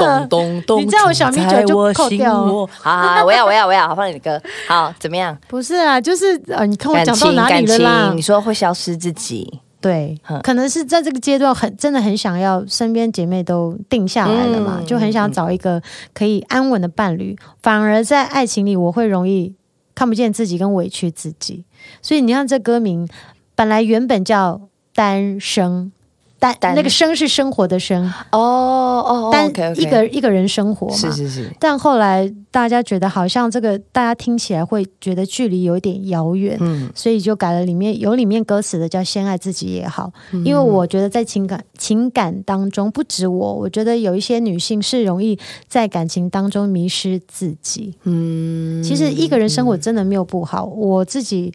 [SPEAKER 1] 咚咚咚，
[SPEAKER 2] 你叫我小米酒
[SPEAKER 1] 住
[SPEAKER 2] 就扣掉了
[SPEAKER 1] 在我心窝。好， 好好我要，我要，我要，好，放你的歌。好，怎么样？
[SPEAKER 2] 不是啊，就是呃，你看我
[SPEAKER 1] 感
[SPEAKER 2] 讲到
[SPEAKER 1] 情，
[SPEAKER 2] 哪
[SPEAKER 1] 感
[SPEAKER 2] 里了啦
[SPEAKER 1] 情，你？说会消失自己，
[SPEAKER 2] 对
[SPEAKER 1] 嗯，
[SPEAKER 2] 可能是在这个阶段很真的很想要身边姐妹都定下来了嘛，
[SPEAKER 1] 嗯
[SPEAKER 2] 就很想找一个可以安稳的伴侣。反而在爱情里，我会容易看不见自己跟委屈自己。所以你看这歌名，本来原本叫单身，单
[SPEAKER 1] 单
[SPEAKER 2] 那个生是生活的生，
[SPEAKER 1] 哦哦，
[SPEAKER 2] 单
[SPEAKER 1] OK，OK
[SPEAKER 2] 一个一个人生活嘛。
[SPEAKER 1] 是是是，
[SPEAKER 2] 但后来大家觉得好像这个，大家听起来会觉得距离有一点遥远，
[SPEAKER 1] 嗯，
[SPEAKER 2] 所以就改了里面有里面歌词的叫“先爱自己也好”，因为我觉得在情感情感当中，不止我，我觉得有一些女性是容易在感情当中迷失自己。嗯，其实一个人生活真的没有不好，我自己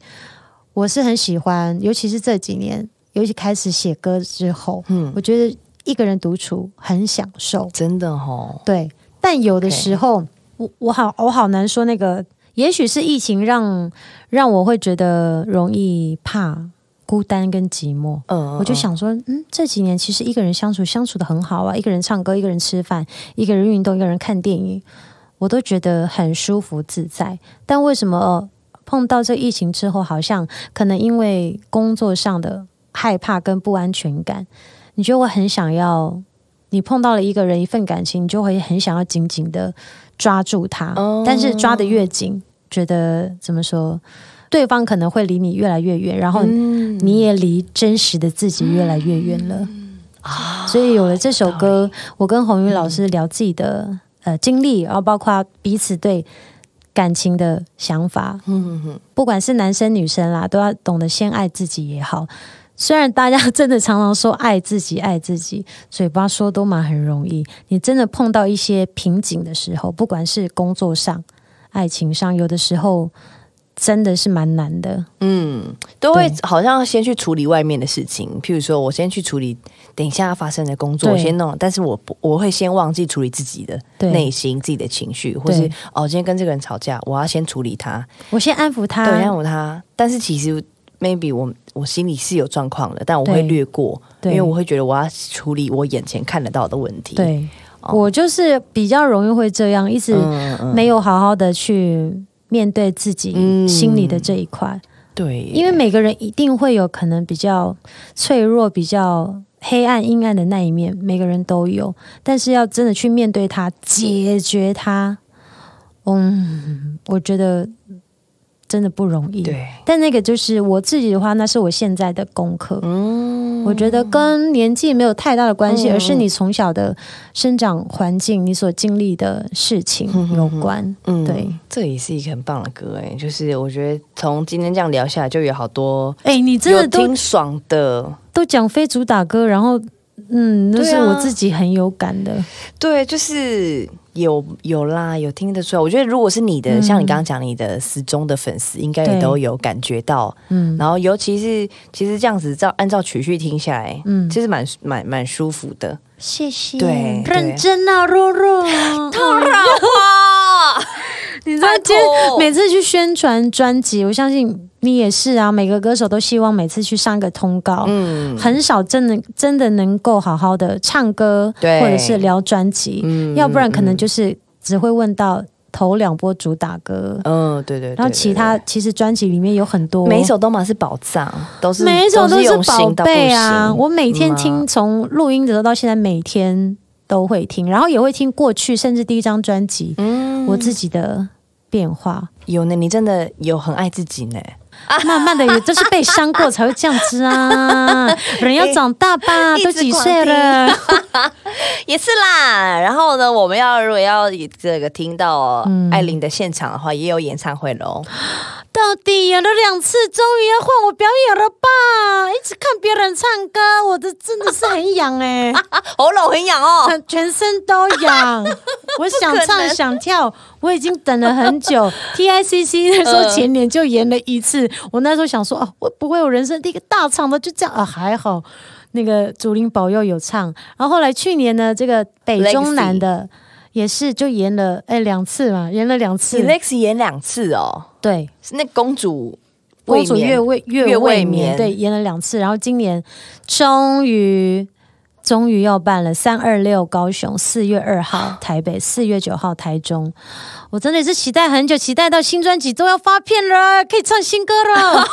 [SPEAKER 2] 我是很喜欢，尤其是这几年，尤其开始写歌之后，嗯，我觉得一个人独处很享受。
[SPEAKER 1] 真的哦，
[SPEAKER 2] 对，但有的
[SPEAKER 1] OK
[SPEAKER 2] 时候我我好我好难说那个，也许是疫情让让我会觉得容易怕孤单跟寂寞。
[SPEAKER 1] 嗯，
[SPEAKER 2] 我就想说，嗯，这几年其实一个人相处相处的很好啊，一个人唱歌，一个人吃饭，一个人运动，一个人看电影，我都觉得很舒服自在。但为什么、呃碰到这疫情之后，好像可能因为工作上的害怕跟不安全感，你觉得我很想要，你碰到了一个人一份感情，你就会很想要紧紧的抓住他，
[SPEAKER 1] 哦
[SPEAKER 2] 但是抓得越紧，觉得怎么说，对方可能会离你越来越远，然后
[SPEAKER 1] 嗯，
[SPEAKER 2] 你也离真实的自己越来越远了啊！所以有了这首歌，我跟红玉老师聊自己的、呃经历，然后包括彼此对感情的想法，
[SPEAKER 1] 嗯嗯
[SPEAKER 2] 不管是男生女生啦，都要懂得先爱自己也好。虽然大家真的常常说爱自己，爱自己，嘴巴说都蛮很容易。你真的碰到一些瓶颈的时候，不管是工作上、爱情上，有的时候真的是蛮难的。
[SPEAKER 1] 嗯，都会
[SPEAKER 2] 对
[SPEAKER 1] 好像先去处理外面的事情，譬如说我先去处理等一下发生的工作，我
[SPEAKER 2] 对
[SPEAKER 1] 先弄，但是我不我会先忘记处理自己的
[SPEAKER 2] 对
[SPEAKER 1] 内心、自己的情绪，或是
[SPEAKER 2] 对
[SPEAKER 1] 哦，今天跟这个人吵架，我要先处理他，
[SPEAKER 2] 我先安抚他，
[SPEAKER 1] 对，让我他，但是其实 maybe 我我心里是有状况的，但我会
[SPEAKER 2] 对
[SPEAKER 1] 略过，因
[SPEAKER 2] 对
[SPEAKER 1] 为我会觉得我要处理我眼前看得到的问题，，
[SPEAKER 2] 对，
[SPEAKER 1] 哦
[SPEAKER 2] 我就是比较容易会这样，一直
[SPEAKER 1] 嗯嗯，
[SPEAKER 2] 没有好好的去面对自己
[SPEAKER 1] 嗯
[SPEAKER 2] 心里的这一块，
[SPEAKER 1] 对，
[SPEAKER 2] 因为每个人一定会有可能比较脆弱、比较黑暗、阴暗的那一面，每个人都有，但是要真的去面对它、解决它，嗯，我觉得真的不容易。
[SPEAKER 1] 对，
[SPEAKER 2] 但那个就是我自己的话，那是我现在的功课。我觉得跟年纪没有太大的关系，
[SPEAKER 1] 嗯嗯嗯
[SPEAKER 2] 而是你从小的生长环境、你所经历的事情有关。
[SPEAKER 1] 嗯
[SPEAKER 2] 对，
[SPEAKER 1] 这也是一个很棒的歌哎，就是我觉得从今天这样聊下来，就有好多
[SPEAKER 2] 哎、你真
[SPEAKER 1] 有
[SPEAKER 2] 的都
[SPEAKER 1] 听爽的，
[SPEAKER 2] 都讲非主打歌，然后嗯，那
[SPEAKER 1] 对
[SPEAKER 2] 是
[SPEAKER 1] 啊
[SPEAKER 2] 我自己很有感的。
[SPEAKER 1] 对，啊就是有有啦，有听得出来。我觉得如果是你的，
[SPEAKER 2] 嗯
[SPEAKER 1] 像你刚刚讲你的死忠的粉丝，应该也
[SPEAKER 2] 对
[SPEAKER 1] 都有感觉到。
[SPEAKER 2] 嗯
[SPEAKER 1] 然后尤其是其实这样子照按照曲序听下来，
[SPEAKER 2] 嗯，
[SPEAKER 1] 其实蛮蛮蛮舒服的。
[SPEAKER 2] 谢谢，
[SPEAKER 1] 对对
[SPEAKER 2] 认真啊，若若，
[SPEAKER 1] 当然哇，
[SPEAKER 2] 啊 你知道
[SPEAKER 1] 拜托
[SPEAKER 2] 今天每次去宣传专辑，我相信你也是啊，每个歌手都希望每次去上一个通告，
[SPEAKER 1] 嗯
[SPEAKER 2] 很少真的真的能够好好的唱歌，
[SPEAKER 1] 对
[SPEAKER 2] 或者是聊专辑，
[SPEAKER 1] 嗯
[SPEAKER 2] 要不然可能
[SPEAKER 1] 嗯
[SPEAKER 2] 就是只会问到头两波主打歌，
[SPEAKER 1] 嗯，对对对
[SPEAKER 2] 然后其他
[SPEAKER 1] 对
[SPEAKER 2] 其实专辑里面有很多
[SPEAKER 1] 对每一。首都嘛是宝藏，都是
[SPEAKER 2] 每一首都
[SPEAKER 1] 是
[SPEAKER 2] 是
[SPEAKER 1] 用
[SPEAKER 2] 宝
[SPEAKER 1] 心到不
[SPEAKER 2] 贝啊！
[SPEAKER 1] 行
[SPEAKER 2] 我每天
[SPEAKER 1] 嗯
[SPEAKER 2] 听，从录音的时候到现在，每天都会听，然后也会听过去，甚至第一张专辑，
[SPEAKER 1] 嗯
[SPEAKER 2] 我自己的变化，
[SPEAKER 1] 有呢，你真的有很爱自己呢。
[SPEAKER 2] 慢慢的也都是被伤过才会这样 子啊。人要长大吧，
[SPEAKER 1] 一
[SPEAKER 2] 都
[SPEAKER 1] 直
[SPEAKER 2] 几
[SPEAKER 1] 狂
[SPEAKER 2] 岁了，
[SPEAKER 1] 也是啦。然后呢，我们要如果要这个听到艾琳的现场的话，也有演唱会喽。
[SPEAKER 2] 到底演了两次，终于要换我表演了吧？一直看别人唱歌，我的真的是很痒 哎、
[SPEAKER 1] 喉咙很痒哦，
[SPEAKER 2] 全全身都 痒，我想
[SPEAKER 1] 不可
[SPEAKER 2] 唱
[SPEAKER 1] 能
[SPEAKER 2] 想跳，我已经等了很久。TICC 那时候前年就演了一
[SPEAKER 1] 嗯
[SPEAKER 2] 次，我那时候想说哦，会不会我人生第一个大场的就这样啊？还好那个竹林保佑有唱，然后后来去年呢，这个北
[SPEAKER 1] Lexi
[SPEAKER 2] 中南的也是就演了哎两次嘛，演了两次
[SPEAKER 1] 你，Lex 演两次哦，
[SPEAKER 2] 对，
[SPEAKER 1] 是那公主
[SPEAKER 2] 公主月
[SPEAKER 1] 未
[SPEAKER 2] 未
[SPEAKER 1] 月
[SPEAKER 2] 月
[SPEAKER 1] 未
[SPEAKER 2] 未
[SPEAKER 1] 眠
[SPEAKER 2] 眠，对，演了两次，然后今年终于终于要办了三二六高雄，四月二
[SPEAKER 1] 啊
[SPEAKER 2] 号台北，四月九号台中，我真的是期待很久，期待到新专辑都要发片了，可以唱新歌 了。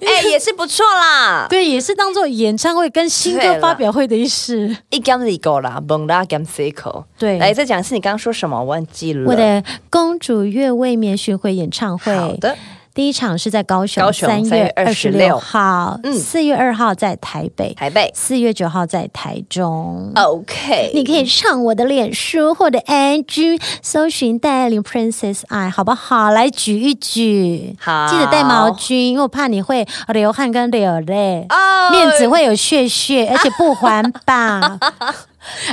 [SPEAKER 1] 眠哎、也是不错啦。
[SPEAKER 2] 对，也是当做演唱会跟新
[SPEAKER 1] 对
[SPEAKER 2] 歌
[SPEAKER 1] 了
[SPEAKER 2] 发表会的一事。
[SPEAKER 1] 一 gam 一个啦，蹦啦 gam c i c l
[SPEAKER 2] 对
[SPEAKER 1] 来再讲一次你刚刚说什么，我忘记了。
[SPEAKER 2] 我的公主月未眠巡回演唱
[SPEAKER 1] 好
[SPEAKER 2] 会
[SPEAKER 1] 的，
[SPEAKER 2] 第一场是在高雄，
[SPEAKER 1] 高雄
[SPEAKER 2] 三
[SPEAKER 1] 3月
[SPEAKER 2] 二十
[SPEAKER 1] 26
[SPEAKER 2] 号，
[SPEAKER 1] 嗯
[SPEAKER 2] 四月二号在台北，
[SPEAKER 1] 台北。
[SPEAKER 2] 四月九号在台中。嗯
[SPEAKER 1] OK，
[SPEAKER 2] 呃你可以上我的脸书或者 IG 搜寻戴爱玲 Princess 爱，好不好？来举一举，
[SPEAKER 1] 好
[SPEAKER 2] 记得带毛巾，因为我怕你会流汗跟流泪。
[SPEAKER 1] 哦
[SPEAKER 2] 面子会有血 血，而且不环 保。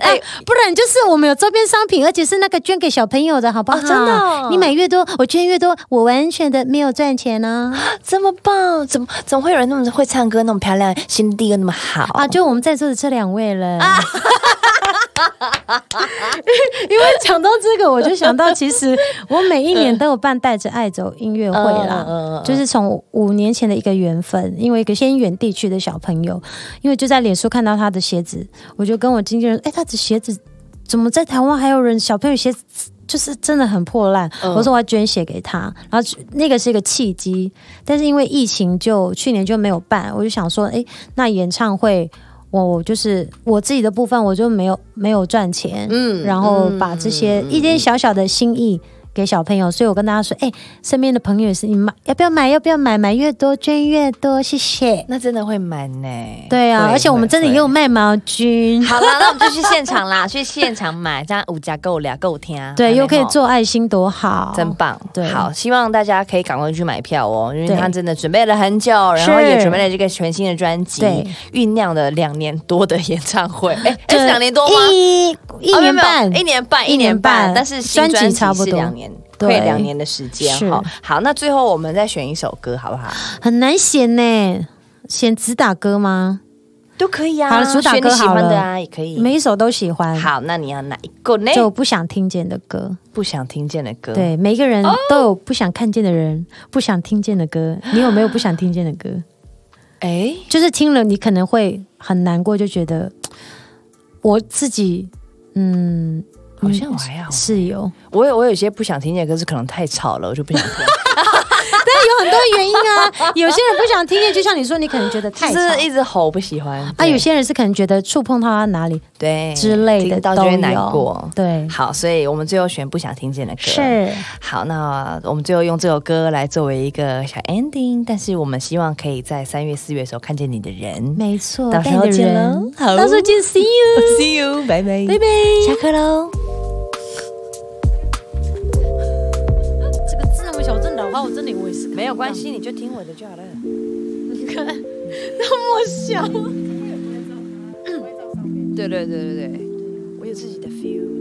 [SPEAKER 2] 哎、不然就是我们有周边商品，而且是那个捐给小朋友的，好不好？
[SPEAKER 1] 哦真的哦
[SPEAKER 2] 你买越多，我捐越多，我完全的没有赚钱哦呢、
[SPEAKER 1] 这么棒，怎么怎么会有人那么会唱歌，那么漂亮，心地又那么好啊
[SPEAKER 2] 啊！就我们在座的这两位了。 因为讲到这个，我就想到，其实我每一年都有办带着爱走音乐会啦，
[SPEAKER 1] 嗯嗯嗯
[SPEAKER 2] 就是从五年前的一个缘分，因为一个偏远地区的小朋友，因为就在脸书看到他的鞋子，我就跟我经纪人，哎，他的鞋子怎么在台湾还有人小朋友鞋子？就是真的很破烂，
[SPEAKER 1] 嗯
[SPEAKER 2] 我说我要捐血给他，然后那个是一个契机，但是因为疫情就去年就没有办，我就想说，哎，那演唱会我我就是我自己的部分，我就没有没有赚钱，
[SPEAKER 1] 嗯
[SPEAKER 2] 然后把这些一点小小的心意给小朋友，所以我跟大家说，哎、身边的朋友也是，你买要不要买？要不要买？买越多捐越多，谢谢。
[SPEAKER 1] 那真的会满呢、
[SPEAKER 2] 对啊，而且我们真的 也有
[SPEAKER 1] 会
[SPEAKER 2] 卖毛 巾，
[SPEAKER 1] 好啦，那我们就去现场啦， 去现场买，这样五家够俩够听，啊
[SPEAKER 2] 对，又可以
[SPEAKER 1] 做。
[SPEAKER 2] 做爱心，多好！
[SPEAKER 1] 真棒！
[SPEAKER 2] 对
[SPEAKER 1] 好，希望大家可以赶快去买票哦，因为
[SPEAKER 2] 对
[SPEAKER 1] 他真的准备了很久，然后
[SPEAKER 2] 是
[SPEAKER 1] 也准备了这个全新的专辑
[SPEAKER 2] 对，
[SPEAKER 1] 酝酿了两年多的演唱会，哎，哎
[SPEAKER 2] 对
[SPEAKER 1] 是两年多吗？
[SPEAKER 2] 一一
[SPEAKER 1] 哦没有
[SPEAKER 2] 年
[SPEAKER 1] 没有
[SPEAKER 2] 半，
[SPEAKER 1] 一年半，
[SPEAKER 2] 一
[SPEAKER 1] 一
[SPEAKER 2] 年
[SPEAKER 1] 年
[SPEAKER 2] 半
[SPEAKER 1] 半，但是新
[SPEAKER 2] 专
[SPEAKER 1] 专
[SPEAKER 2] 辑
[SPEAKER 1] 辑
[SPEAKER 2] 差不
[SPEAKER 1] 是
[SPEAKER 2] 多
[SPEAKER 1] 两年，
[SPEAKER 2] 对
[SPEAKER 1] 快两年的时间
[SPEAKER 2] 是
[SPEAKER 1] 哈。好，那最后我们再选一首歌好不好？
[SPEAKER 2] 很难选呢。选主打歌吗？
[SPEAKER 1] 都可以啊，
[SPEAKER 2] 好了主打
[SPEAKER 1] 选
[SPEAKER 2] 歌
[SPEAKER 1] 你喜
[SPEAKER 2] 好
[SPEAKER 1] 欢的
[SPEAKER 2] 了
[SPEAKER 1] 啊，也可以。
[SPEAKER 2] 每一首都喜欢，
[SPEAKER 1] 好，那你要哪一个呢？
[SPEAKER 2] 就不想听见的歌。
[SPEAKER 1] 不想听见的歌，
[SPEAKER 2] 对，每一个人
[SPEAKER 1] 哦
[SPEAKER 2] 都有不想看见的人，不想听见的歌。你有没有不想听见的歌？
[SPEAKER 1] 哎，
[SPEAKER 2] 就是听了你可能会很难过，就觉得嘖我自己，嗯，
[SPEAKER 1] 好像我还好，
[SPEAKER 2] 是有，
[SPEAKER 1] 我有我有些不想听见的歌是可能太吵了，我就不想听。
[SPEAKER 2] 但有很多原因啊。有些人不想听见，就像你说，你可能觉得太吵
[SPEAKER 1] 就是一直吼不喜欢
[SPEAKER 2] 啊，
[SPEAKER 1] 对
[SPEAKER 2] 有些人是可能觉得触碰到他哪里
[SPEAKER 1] 对
[SPEAKER 2] 之类
[SPEAKER 1] 哎
[SPEAKER 2] 的
[SPEAKER 1] 听到
[SPEAKER 2] 都有
[SPEAKER 1] 就会难过。
[SPEAKER 2] 对，
[SPEAKER 1] 好，所以我们最后选不想听见的歌。
[SPEAKER 2] 是
[SPEAKER 1] 好，那我们最后用这首歌来作为一个小 ending，但是我们希望可以在三月、四月的时候看见你的人。
[SPEAKER 2] 没错。
[SPEAKER 1] 到时候
[SPEAKER 2] 带你的
[SPEAKER 1] 见
[SPEAKER 2] 人
[SPEAKER 1] 喽好
[SPEAKER 2] 到时候见，See you，
[SPEAKER 1] See you，拜拜，
[SPEAKER 2] 拜拜。
[SPEAKER 1] 下课喽。
[SPEAKER 2] 这个字那么小，真的话，我真的我也 是
[SPEAKER 1] 没有关系，你就听我的就好了。
[SPEAKER 2] 那么 小。
[SPEAKER 1] 对对对对对，我有自己的 feel。